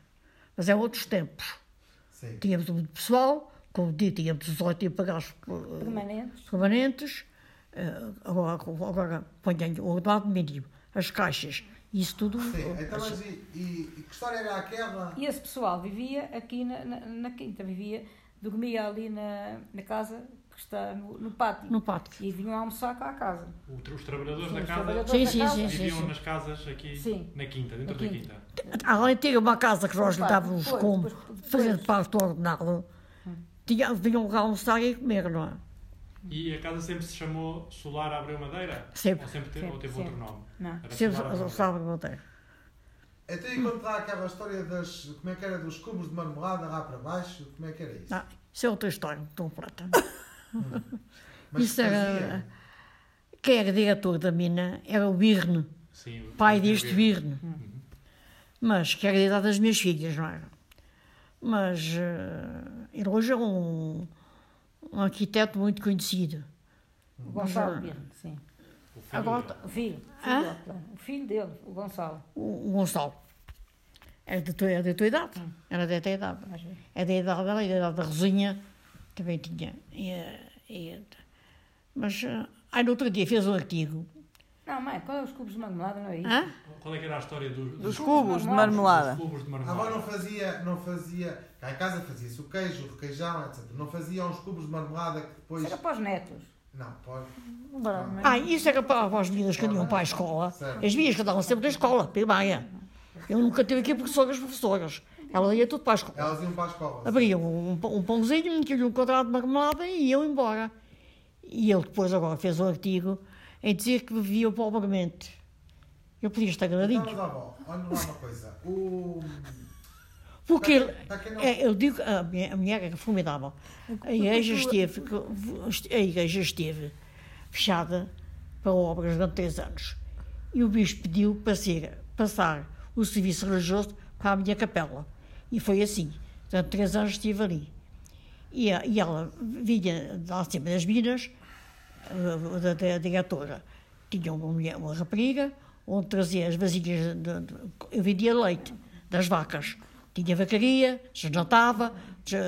Mas é outros tempos. sim. Tínhamos muito pessoal, como digo, tínhamos 18 empregados eh, Permanentes. permanentes, eh, eh, agora, agora ponham o alumínio, as caixas, isso tudo. eh, Sim, então, mas e, e- e que história era aquela? E esse pessoal vivia aqui na, na- na quinta, vivia, dormia ali na, na casa que está no, no pátio. No pátio. E vinham almoçar cá à casa. O tra- os trabalhadores Sim, da os casa trabalhadores Sim, da sim, casa. sim, viviam sim. nas casas aqui Sim. na quinta, dentro Na da quinta. quinta. Além de ter uma casa que nós lhe Claro, dávamos depois, como, depois, depois. fazendo parte do ordenado, tinha, vinham cá almoçar e comer, não é? E a casa sempre se chamou Solar Abreu Madeira? Sempre. Ou, sempre teve, Sempre, ou teve sempre. outro nome? Não. Era Sempre Solar Abreu Madeira. sabe manter. Então, e quando lá aquela história das. Como é que era? Dos cubos de marmelada lá para baixo? Como é que era isso? Não, isso é outra história, tão prata. Mas isso era. fazia. Quem era diretor é da mina era o Birne, Sim, o- pai o- deste Birne. Mas que era a idade das minhas filhas, não era? Mas eh, ele hoje é um, um arquiteto muito conhecido. O Gonçalo Birno, sim. o filho Agora, O filho, o filho, Hã? dele, claro. o filho dele, o Gonçalo. o, o Gonçalo. Era da tua, era da tua idade. Era da tua idade. Mas, Era da idade dela e da idade da Rosinha. Também tinha. E, eh, e- mas, eh, aí no outro dia fez um artigo. não, mãe, qual é os cubos de marmelada, não é isso? Hã? dele. Qual é que era a história do- Dos dos, cubos de marmelada. dos cubos de A avó não marmelada? fazia. Não fazia cá em casa fazia-se o queijo, o requeijão, etc. Não fazia uns cubos de marmelada que depois. Isso Era para os netos. Não, pode. Ah, isso era para, para as meninas que iam para a escola. Certo. As meninas que andavam sempre na escola, primária. Eu nunca tive aqui professoras, professoras. Ela ia tudo para a escola. Elas iam para a escola. abriam um, pão- um pãozinho, metiam um quadrado de marmelada e iam embora. E ele depois agora fez um artigo em dizer que bebia pobremente. Eu podia estar Então, agradinho. mas, avó, olha lá uma coisa. O. Porque ele, Para quem não- é, eu digo, a minha, a mulher era formidável. A igreja esteve, a igreja esteve fechada para obras durante três anos. E o bispo pediu para ser, passar o serviço religioso para a minha capela. E foi assim. Durante três anos estive ali. E, a- e ela vinha lá de cima das minas, eh, da, da diretora. Tinha uma mulher, uma rapariga, onde trazia as vasilhas. de- de- eu vendia leite das vacas. Tinha vacaria, desnatava, des-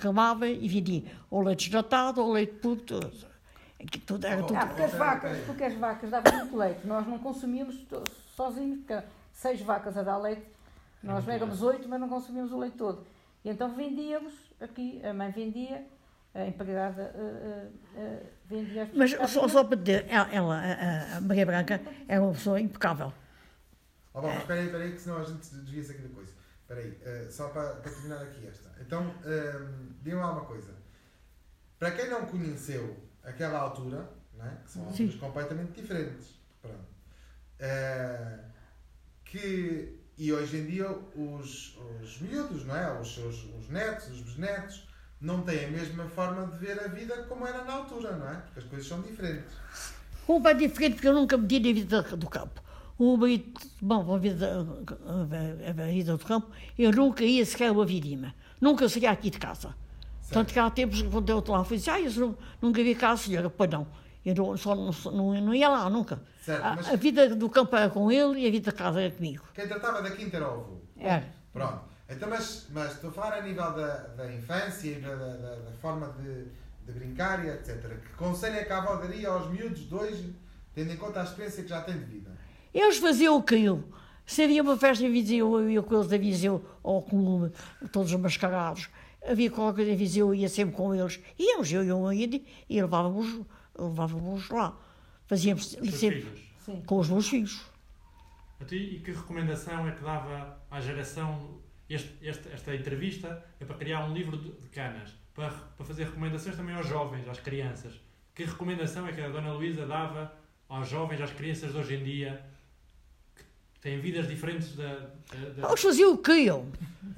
camava e vendia ou leite desnatado ou leite puro. tudo. Aqui Tudo, era tudo. Ah, porque as vacas, porque as vacas davam muito leite. Nós não consumíamos to- sozinhos, porque seis vacas a dar leite, nós éramos oito, mas não consumíamos o leite todo. E então vendíamos aqui, a mãe vendia, a empregada eh, eh, eh, vendia as Mas as- só, só para dizer, ela, ela, a- a Maria Branca, era uma pessoa impecável. Ó, bom, mas espera aí, espera aí, que senão a gente desvia-se aqui da coisa. Espera aí, eh, só para, para terminar aqui esta. Então, ehm, digam lá uma coisa. Para quem não conheceu aquela altura, né, que são Sim. alturas completamente diferentes, pronto, eh, que, e hoje em dia os, os miúdos, não é? Os seus os netos, os bisnetos, não têm a mesma forma de ver a vida como era na altura, não é? Porque as coisas são diferentes. Uma é diferente porque eu nunca meti na vida do campo. Uma é- bom, a vida, eh, a- a- a vida do campo, eu nunca ia sequer a vidima. Nunca saía aqui de casa. Tanto que há tempos, quando eu lá fui dizer, ah, isso nu- nunca vi cá, senhora. Pois não, eu não, só não, só não, não ia lá nunca. Certo, a, mas- a vida do campo era com ele e a vida de casa era comigo. Quem tratava da quinta era o avô. Era. Pronto. Então, mas, mas estou a falar a nível da, da infância e da, da, da- da forma de, de brincar e etc. Que conselho é que a avó daria aos miúdos de hoje, tendo em conta a experiência que já têm de vida? Eles faziam o que eu. Se havia uma festa em Viseu, eu ia com eles a Viseu ao clube, todos mascarados. Havia qualquer coisa em Viseu, eu ia sempre com eles. Íamos, eu e um ainda, e levávamos, levávamos lá. Fazíamos Dos seus sempre filhos. Sim. com os meus filhos. A ti, e que recomendação é que dava à geração este, este- esta entrevista é para criar um livro de de canas, para, re- para fazer recomendações também aos jovens, às crianças. Que recomendação é que a Dona Luísa dava aos jovens, às crianças de hoje em dia que têm vidas diferentes da. da- da- Eles faziam o que eu.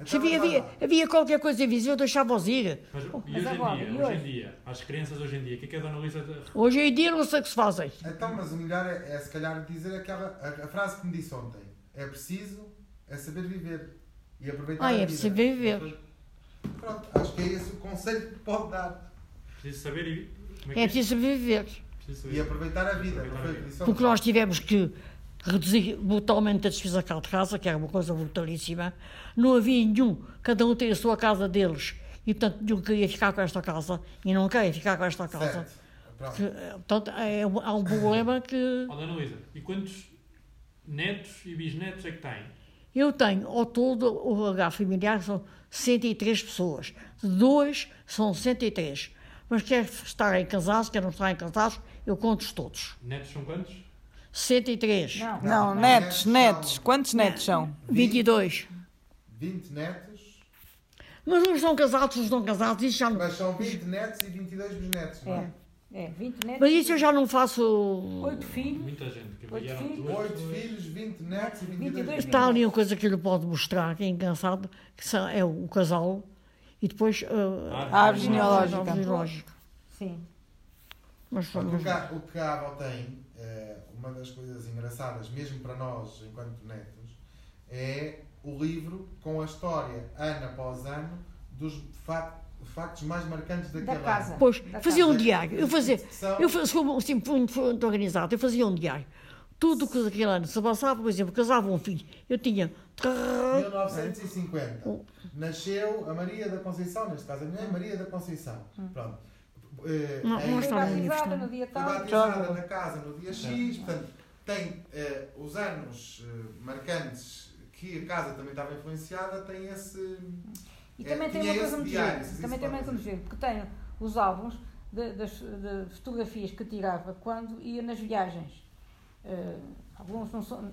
Se Então, havia, vá lá. havia, havia qualquer coisa em Viseu, eu deixava-os ir. Mas, e Mas hoje em agora, dia, e hoje hoje? em dia, às crianças de hoje em dia, o que é que a Dona Luísa te- Hoje em dia não sei o que se fazem. Então, mas o melhor é, é se calhar dizer aquela, a, a frase que me disse ontem. É preciso, é saber viver. E aproveitar Ah, a é vida. preciso viver. Pronto, acho que é esse o conselho que pode dar. preciso saber e. Como é que É isto? preciso viver. Preciso E saber. aproveitar a vida. não foi o que disse ontem? Porque nós tivemos que reduzir brutalmente a despesa cá de casa, que era uma coisa brutalíssima. Não havia nenhum, cada um tem a sua casa deles. E, portanto, nenhum queria ficar com esta casa e não queria ficar com esta casa. Certo. Pronto. Que, eh, portanto, é, um- há um problema que Ó, Oh, Dona Luísa, e quantos netos e bisnetos é que tem? eu tenho ao todo o H familiar são 103 pessoas. De dois são 103. Mas quer estarem casados, quer não estarem casados, eu conto-os todos. Netos são quantos? 103. Não, não, Não, netos netos, são- netos. Quantos netos são? 22. 20 netos, Mas uns são casados, uns não casados, isso já não... mas são 20 netos e 22 bisnetos, não é? É, 20 netos. Mas isso eu já não faço. 8 filhos. Muita gente, que Oito vieram filhos. duas 8 pessoas. filhos, 20 netos e 22 22 bisnetos. Está ali uma coisa que ele pode mostrar, que é engraçado, que são- é o casal e depois ah, Ah, árvore genealógica. a árvore genealógica. Sim. Mas, Portanto, mas- O que, a, o que a avó tem, eh, uma das coisas engraçadas, mesmo para nós, enquanto netos, é o livro com a história, ano após ano, dos fa- factos mais marcantes daquela Da casa. Pois, Da fazia um casa. diário. Eu fazia, São- eu fazia, sou assim, muito, muito organizado, eu fazia um diário. Tudo o que daquele ano se passava, por exemplo, casava um filho. Eu tinha. 1950. Nasceu a Maria da Conceição, neste caso a minha mãe, Maria da Conceição. Pronto. Eh, Hum. Não, em- não Foi está bem. batizada no dia Foi tal. batizada na casa no dia X, portanto, tem eh, os anos eh, marcantes que a casa também estava influenciada, tem esse. E É, também tem tinha uma coisa esse muito diário, gira. se Também isso tem uma pode coisa muito gira, porque tem os álbuns de, das de fotografias que tirava quando ia nas viagens. Eh, alguns não são.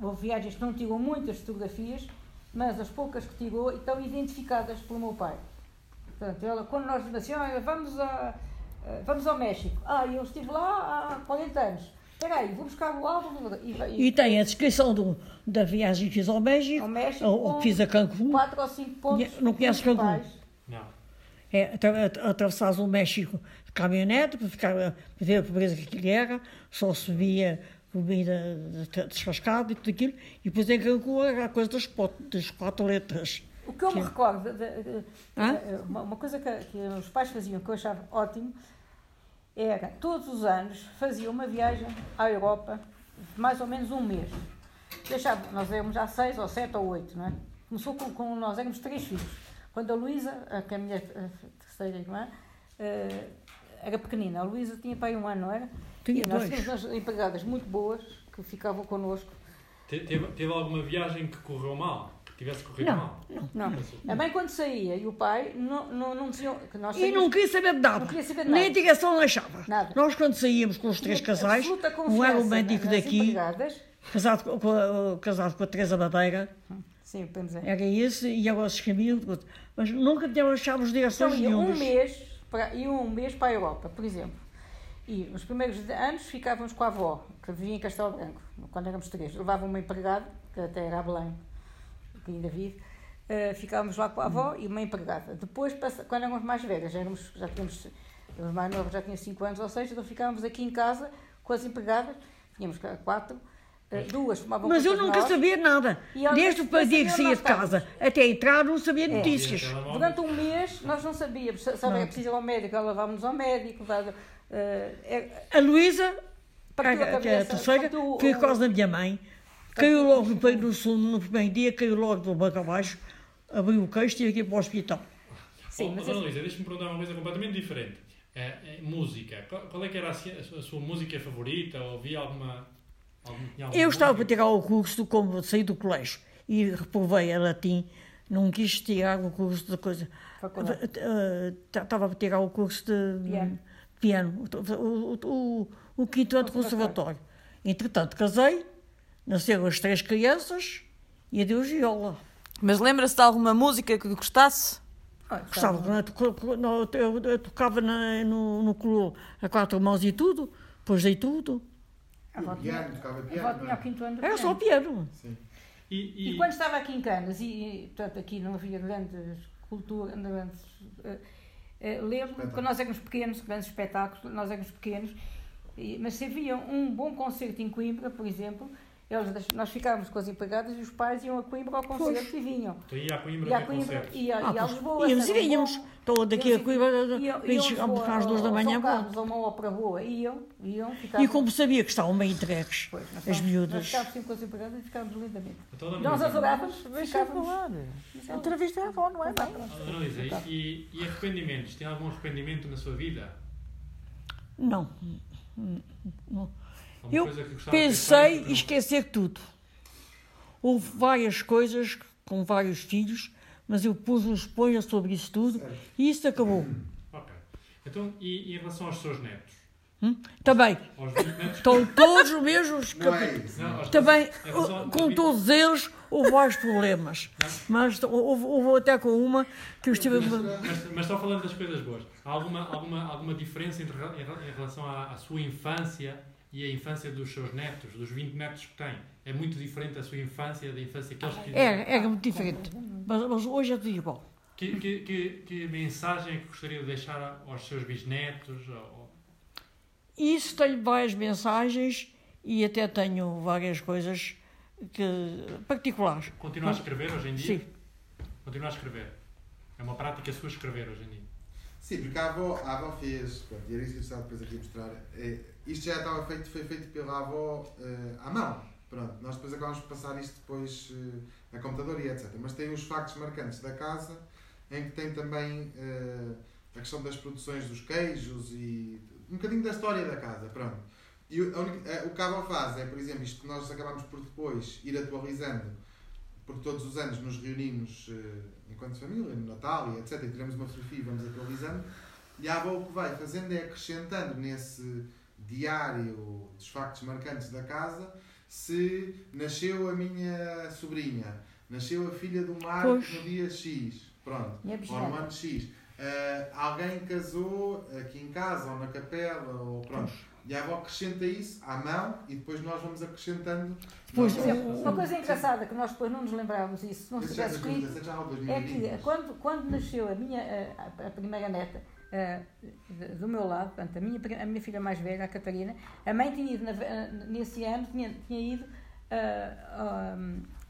Houve viagens que não tirou muitas fotografias, mas as poucas que tirou estão identificadas pelo meu pai. Portanto, ela, quando nós dizemos assim, "Olha, vamos, a, eh, vamos ao México. Ah, eu estive lá há 40 anos. Espera aí, vou buscar o álbum e, vai- E tem a descrição do, da viagem que fiz ao México, ao México. ou, ou com que fiz a Cancún. Quatro ou cinco pontos. Não conheces Cancún? principais. Não. É, atra- at- atravessavas o México de caminhonete para, ficar, eh, para ver a pobreza que aquilo era, só se via comida de- descascada e tudo aquilo, e depois em Cancún era a coisa das, pot- das quatro letras. O que eu me Que- recordo, de- de- Hã? eh, uma, uma coisa que, que os pais faziam que eu achava ótimo, era todos os anos faziam uma viagem à Europa de mais ou menos um mês. Deixavam, nós éramos já seis ou sete ou oito, não é? Começou com, com nós éramos três filhos. Quando a Luísa, a- que é a minha eh, terceira irmã, eh, era pequenina, a Luísa tinha pai um ano, não era? Tinha e nós dois. tínhamos umas empregadas muito boas que ficavam connosco. Te- Teve, teve alguma viagem que correu mal? Que tivesse corrido Não, mal? Não. A mãe quando saía e o pai não, não, não diziam que nós E não saíamos- queria saber de nada. Não queria saber de Nem a nada. direção deixava. Nada. Nós, quando saíamos com os três casais, Absoluta um era o confiança né, médico nas daqui, empregadas. casado com, com a, casado com a Teresa Madeira, Sim, podemos dizer. era esse, e agora se caminham, mas nunca deram as chaves de direções Então, ia um nenhumas. mês para, ia um mês para a Europa, por exemplo. E nos primeiros de- anos ficávamos com a avó, que vivia em Castelo Branco, quando éramos três. Levava uma empregada, que até era a Belém, que ainda vive. eh, ficávamos lá com a avó e uma empregada. Depois, passa- quando éramos mais velhas, já, éramos, já tínhamos, os mais novos já tinham 5 anos ou 6, então ficávamos aqui em casa com as empregadas, tínhamos cá quatro, eh, duas tomavam Mas eu conta de nunca nós. sabia nada. E elas Desde o não sabiam dia que onde saía nós de casa até entrar, não sabia notícias. Tinha telemóvel? Durante um mês nós não sabíamos, sabe, é preciso ir ao médico, ela levávamos ao médico, levava, eh, é- A Luísa, a, Partiu a a- a cabeça, terceira, partiu o- foi quase da minha mãe. Caiu logo no, pe- no, segundo- no primeiro dia, caiu logo do banco abaixo, abriu o queixo e tive que ir para o hospital. sim, oh, mas Dona esse- Luísa, deixa-me perguntar uma coisa completamente diferente. É, é, música. Qual, qual é que era a, si- a sua- a sua música favorita? Ou havia alguma... algum- tinha alguma Eu estava para música? tirar o curso como saí do colégio e reprovei a latim. Não quis tirar o curso de coisa. Faculdade. Eh, Estava para tirar o curso de Piano. piano, o, o, o- o quinto ano de conservatório. Entretanto, casei, nasceram as três crianças e adeus viola. Tá Mas lembra-se de alguma música que gostasse? Ah, Gostava, sabe, não é? Toco- co- não, eu, eu tocava na- no, no colo a quatro mãos e tudo, depois dei tudo. a avó tinha- Piano, tocava a avó piano. tinha não é? o quinto ano do Era só piano. piano. Sim. E, E e- quando estava aqui em Canas, e, e, portanto aqui não havia grandes cultura, grandes. eh, eh, lembro que Espetáculo. nós éramos pequenos, grandes espetáculos, nós éramos pequenos, e- mas se havia um bom concerto em Coimbra, por exemplo, eles deix- nós ficávamos com as empregadas e os pais iam a Coimbra ao concerto e vinham. Tu ia a Coimbra E a ver Coimbra, concertos. e a, e a Ah, pois, Lisboa. é íamos e São João. vínhamos. Estou daqui a Eles- Coimbra, iam- vens iam a buscar às ao- duas da ao manhã. São volto. Carlos, a uma ópera boa, iam, iam, ficavam. E como sabia que estavam bem entregues, Pois, nós as ficávamos- Nós miúdas. ficávamos sempre com as empregadas e ficávamos lindamente. Então, Dona Nós Luísa- adorávamos, ficávamos. falar. um Entrevista é avó, não é? Tá. Oh, Dona Luísa, e, e- e arrependimentos? Tem algum arrependimento na sua vida? Não. Alguma Eu coisa que gostava de ter feito, pensei não? em esquecer tudo. Houve várias coisas com vários filhos, mas eu pus um esponja sobre isso tudo e isso acabou. Ok. Então, e, e em relação aos seus netos? Hum? Também, Aos 20 netos? estão todos os mesmos Não é capítulos. isso. Não, aos Também, É só- o- com todos eles, houve vários problemas. Mas houve, houve até com uma que eu estive. a- Mas, mas só falando das coisas boas, há alguma, alguma, alguma diferença entre, em re- em relação à, à sua infância e a infância dos seus netos, dos 20 netos que tem? É muito diferente a sua infância da infância que eles Era, tiveram? era É, muito diferente. Mas, mas hoje é tudo igual. Que, que, que, que mensagem é que gostaria de deixar a- aos seus bisnetos? Ou- Isso tenho várias mensagens e até tenho várias coisas que, particulares. Continua a escrever hoje em dia? Sim. Continua a escrever. É uma prática sua escrever hoje em dia. Sim, porque a avó, a avó fez, pronto, e era isso que eu estava depois aqui a mostrar. É, isto já estava feito, foi feito pela avó eh, à mão. Pronto, nós depois acabamos de passar isto depois eh, a computador e etc. Mas tem os factos marcantes da casa, em que tem também eh, a questão das produções dos queijos e um bocadinho da história da casa, pronto. E o- a única- eh, o que a avó faz é, por exemplo, isto que nós acabamos por depois ir atualizando, porque todos os anos nos reunimos eh, enquanto família, no Natal e etc. E tiramos uma fotografia e vamos atualizando. E a avó o que vai fazendo é acrescentando nesse diário dos factos marcantes da casa se nasceu a minha sobrinha, nasceu a filha do Marco Pois. no dia X, pronto, E é a ou no bisneta? ano X. Ah, alguém casou aqui em casa ou na capela ou pronto. E a avó acrescenta isso à mão e depois nós vamos acrescentando. Pois, Nós- Por exemplo, uma coisa engraçada que nós depois não nos lembrávamos isso, se é, não Esse já tivesse é escrito, 2017, já há dois mil É meninos. que quando, quando nasceu a minha a, a primeira neta eh, de- do meu lado, portanto, a minha, pri- a minha filha mais velha, a Catarina, a mãe tinha ido na ve- eh, nesse ano, tinha, tinha ido ah, ah,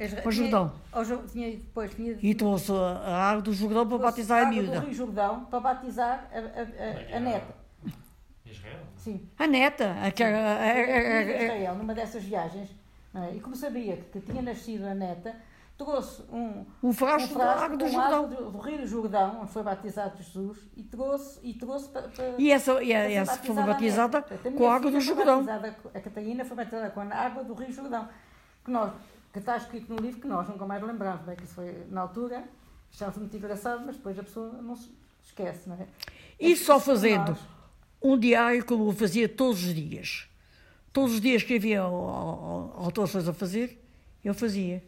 as- Ao tinha- Jordão. ao Jor- tinha ido depois, tinha ido E trouxe a água do Jordão para trouxe batizar a água do miúda. Rio Jordão para batizar a, a- a- a neta. Em Israel? não é? Sim. A neta, aquela. é- é- Fui a é- é- Israel numa dessas viagens, não é? e como sabia que, que tinha nascido a neta, trouxe um, um frasco de água do com Jordão. água do, do Rio Jordão, onde foi batizado Jesus, e trouxe, e trouxe para. E essa, e essa foi batizada com a água do Jordão. A Catarina foi batizada com a água do Rio Jordão, que, nós, que está escrito no livro que nós nunca mais lembramos, não é? que isso foi na altura, achava muito engraçado, mas depois a pessoa não se esquece, não é? E Isso só que nós- fazendo um diário como eu fazia todos os dias. Todos os dias que havia ao- ao- ao- alterações a fazer, eu fazia.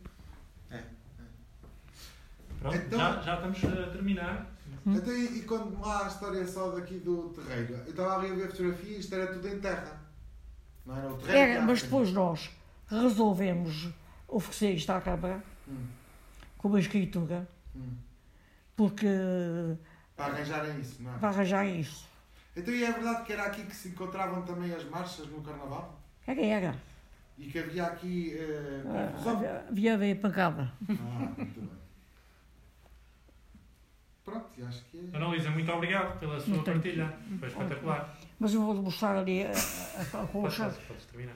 Pronto, Então- já, já estamos a terminar. Então, e, e quando lá a história só daqui do terreiro? Eu estava ali a ver fotografia e isto era tudo em terra. Não era o terreiro? Era, que É, mas era. depois nós resolvemos oferecer isto à Câmara com uma escritura, porque Para arranjarem isso, não é? para arranjar isso. Então, e é verdade que era aqui que se encontravam também as marchas no carnaval? Era, É era. E que havia aqui. eh, confusão? Havia havia pancada. Ah, muito bem. Pronto, e acho que é. Ana Luísa, muito obrigado pela sua Muito partilha. Foi espetacular. Mas eu vou mostrar ali a, a, a Pode, colcha. pode, pode terminar.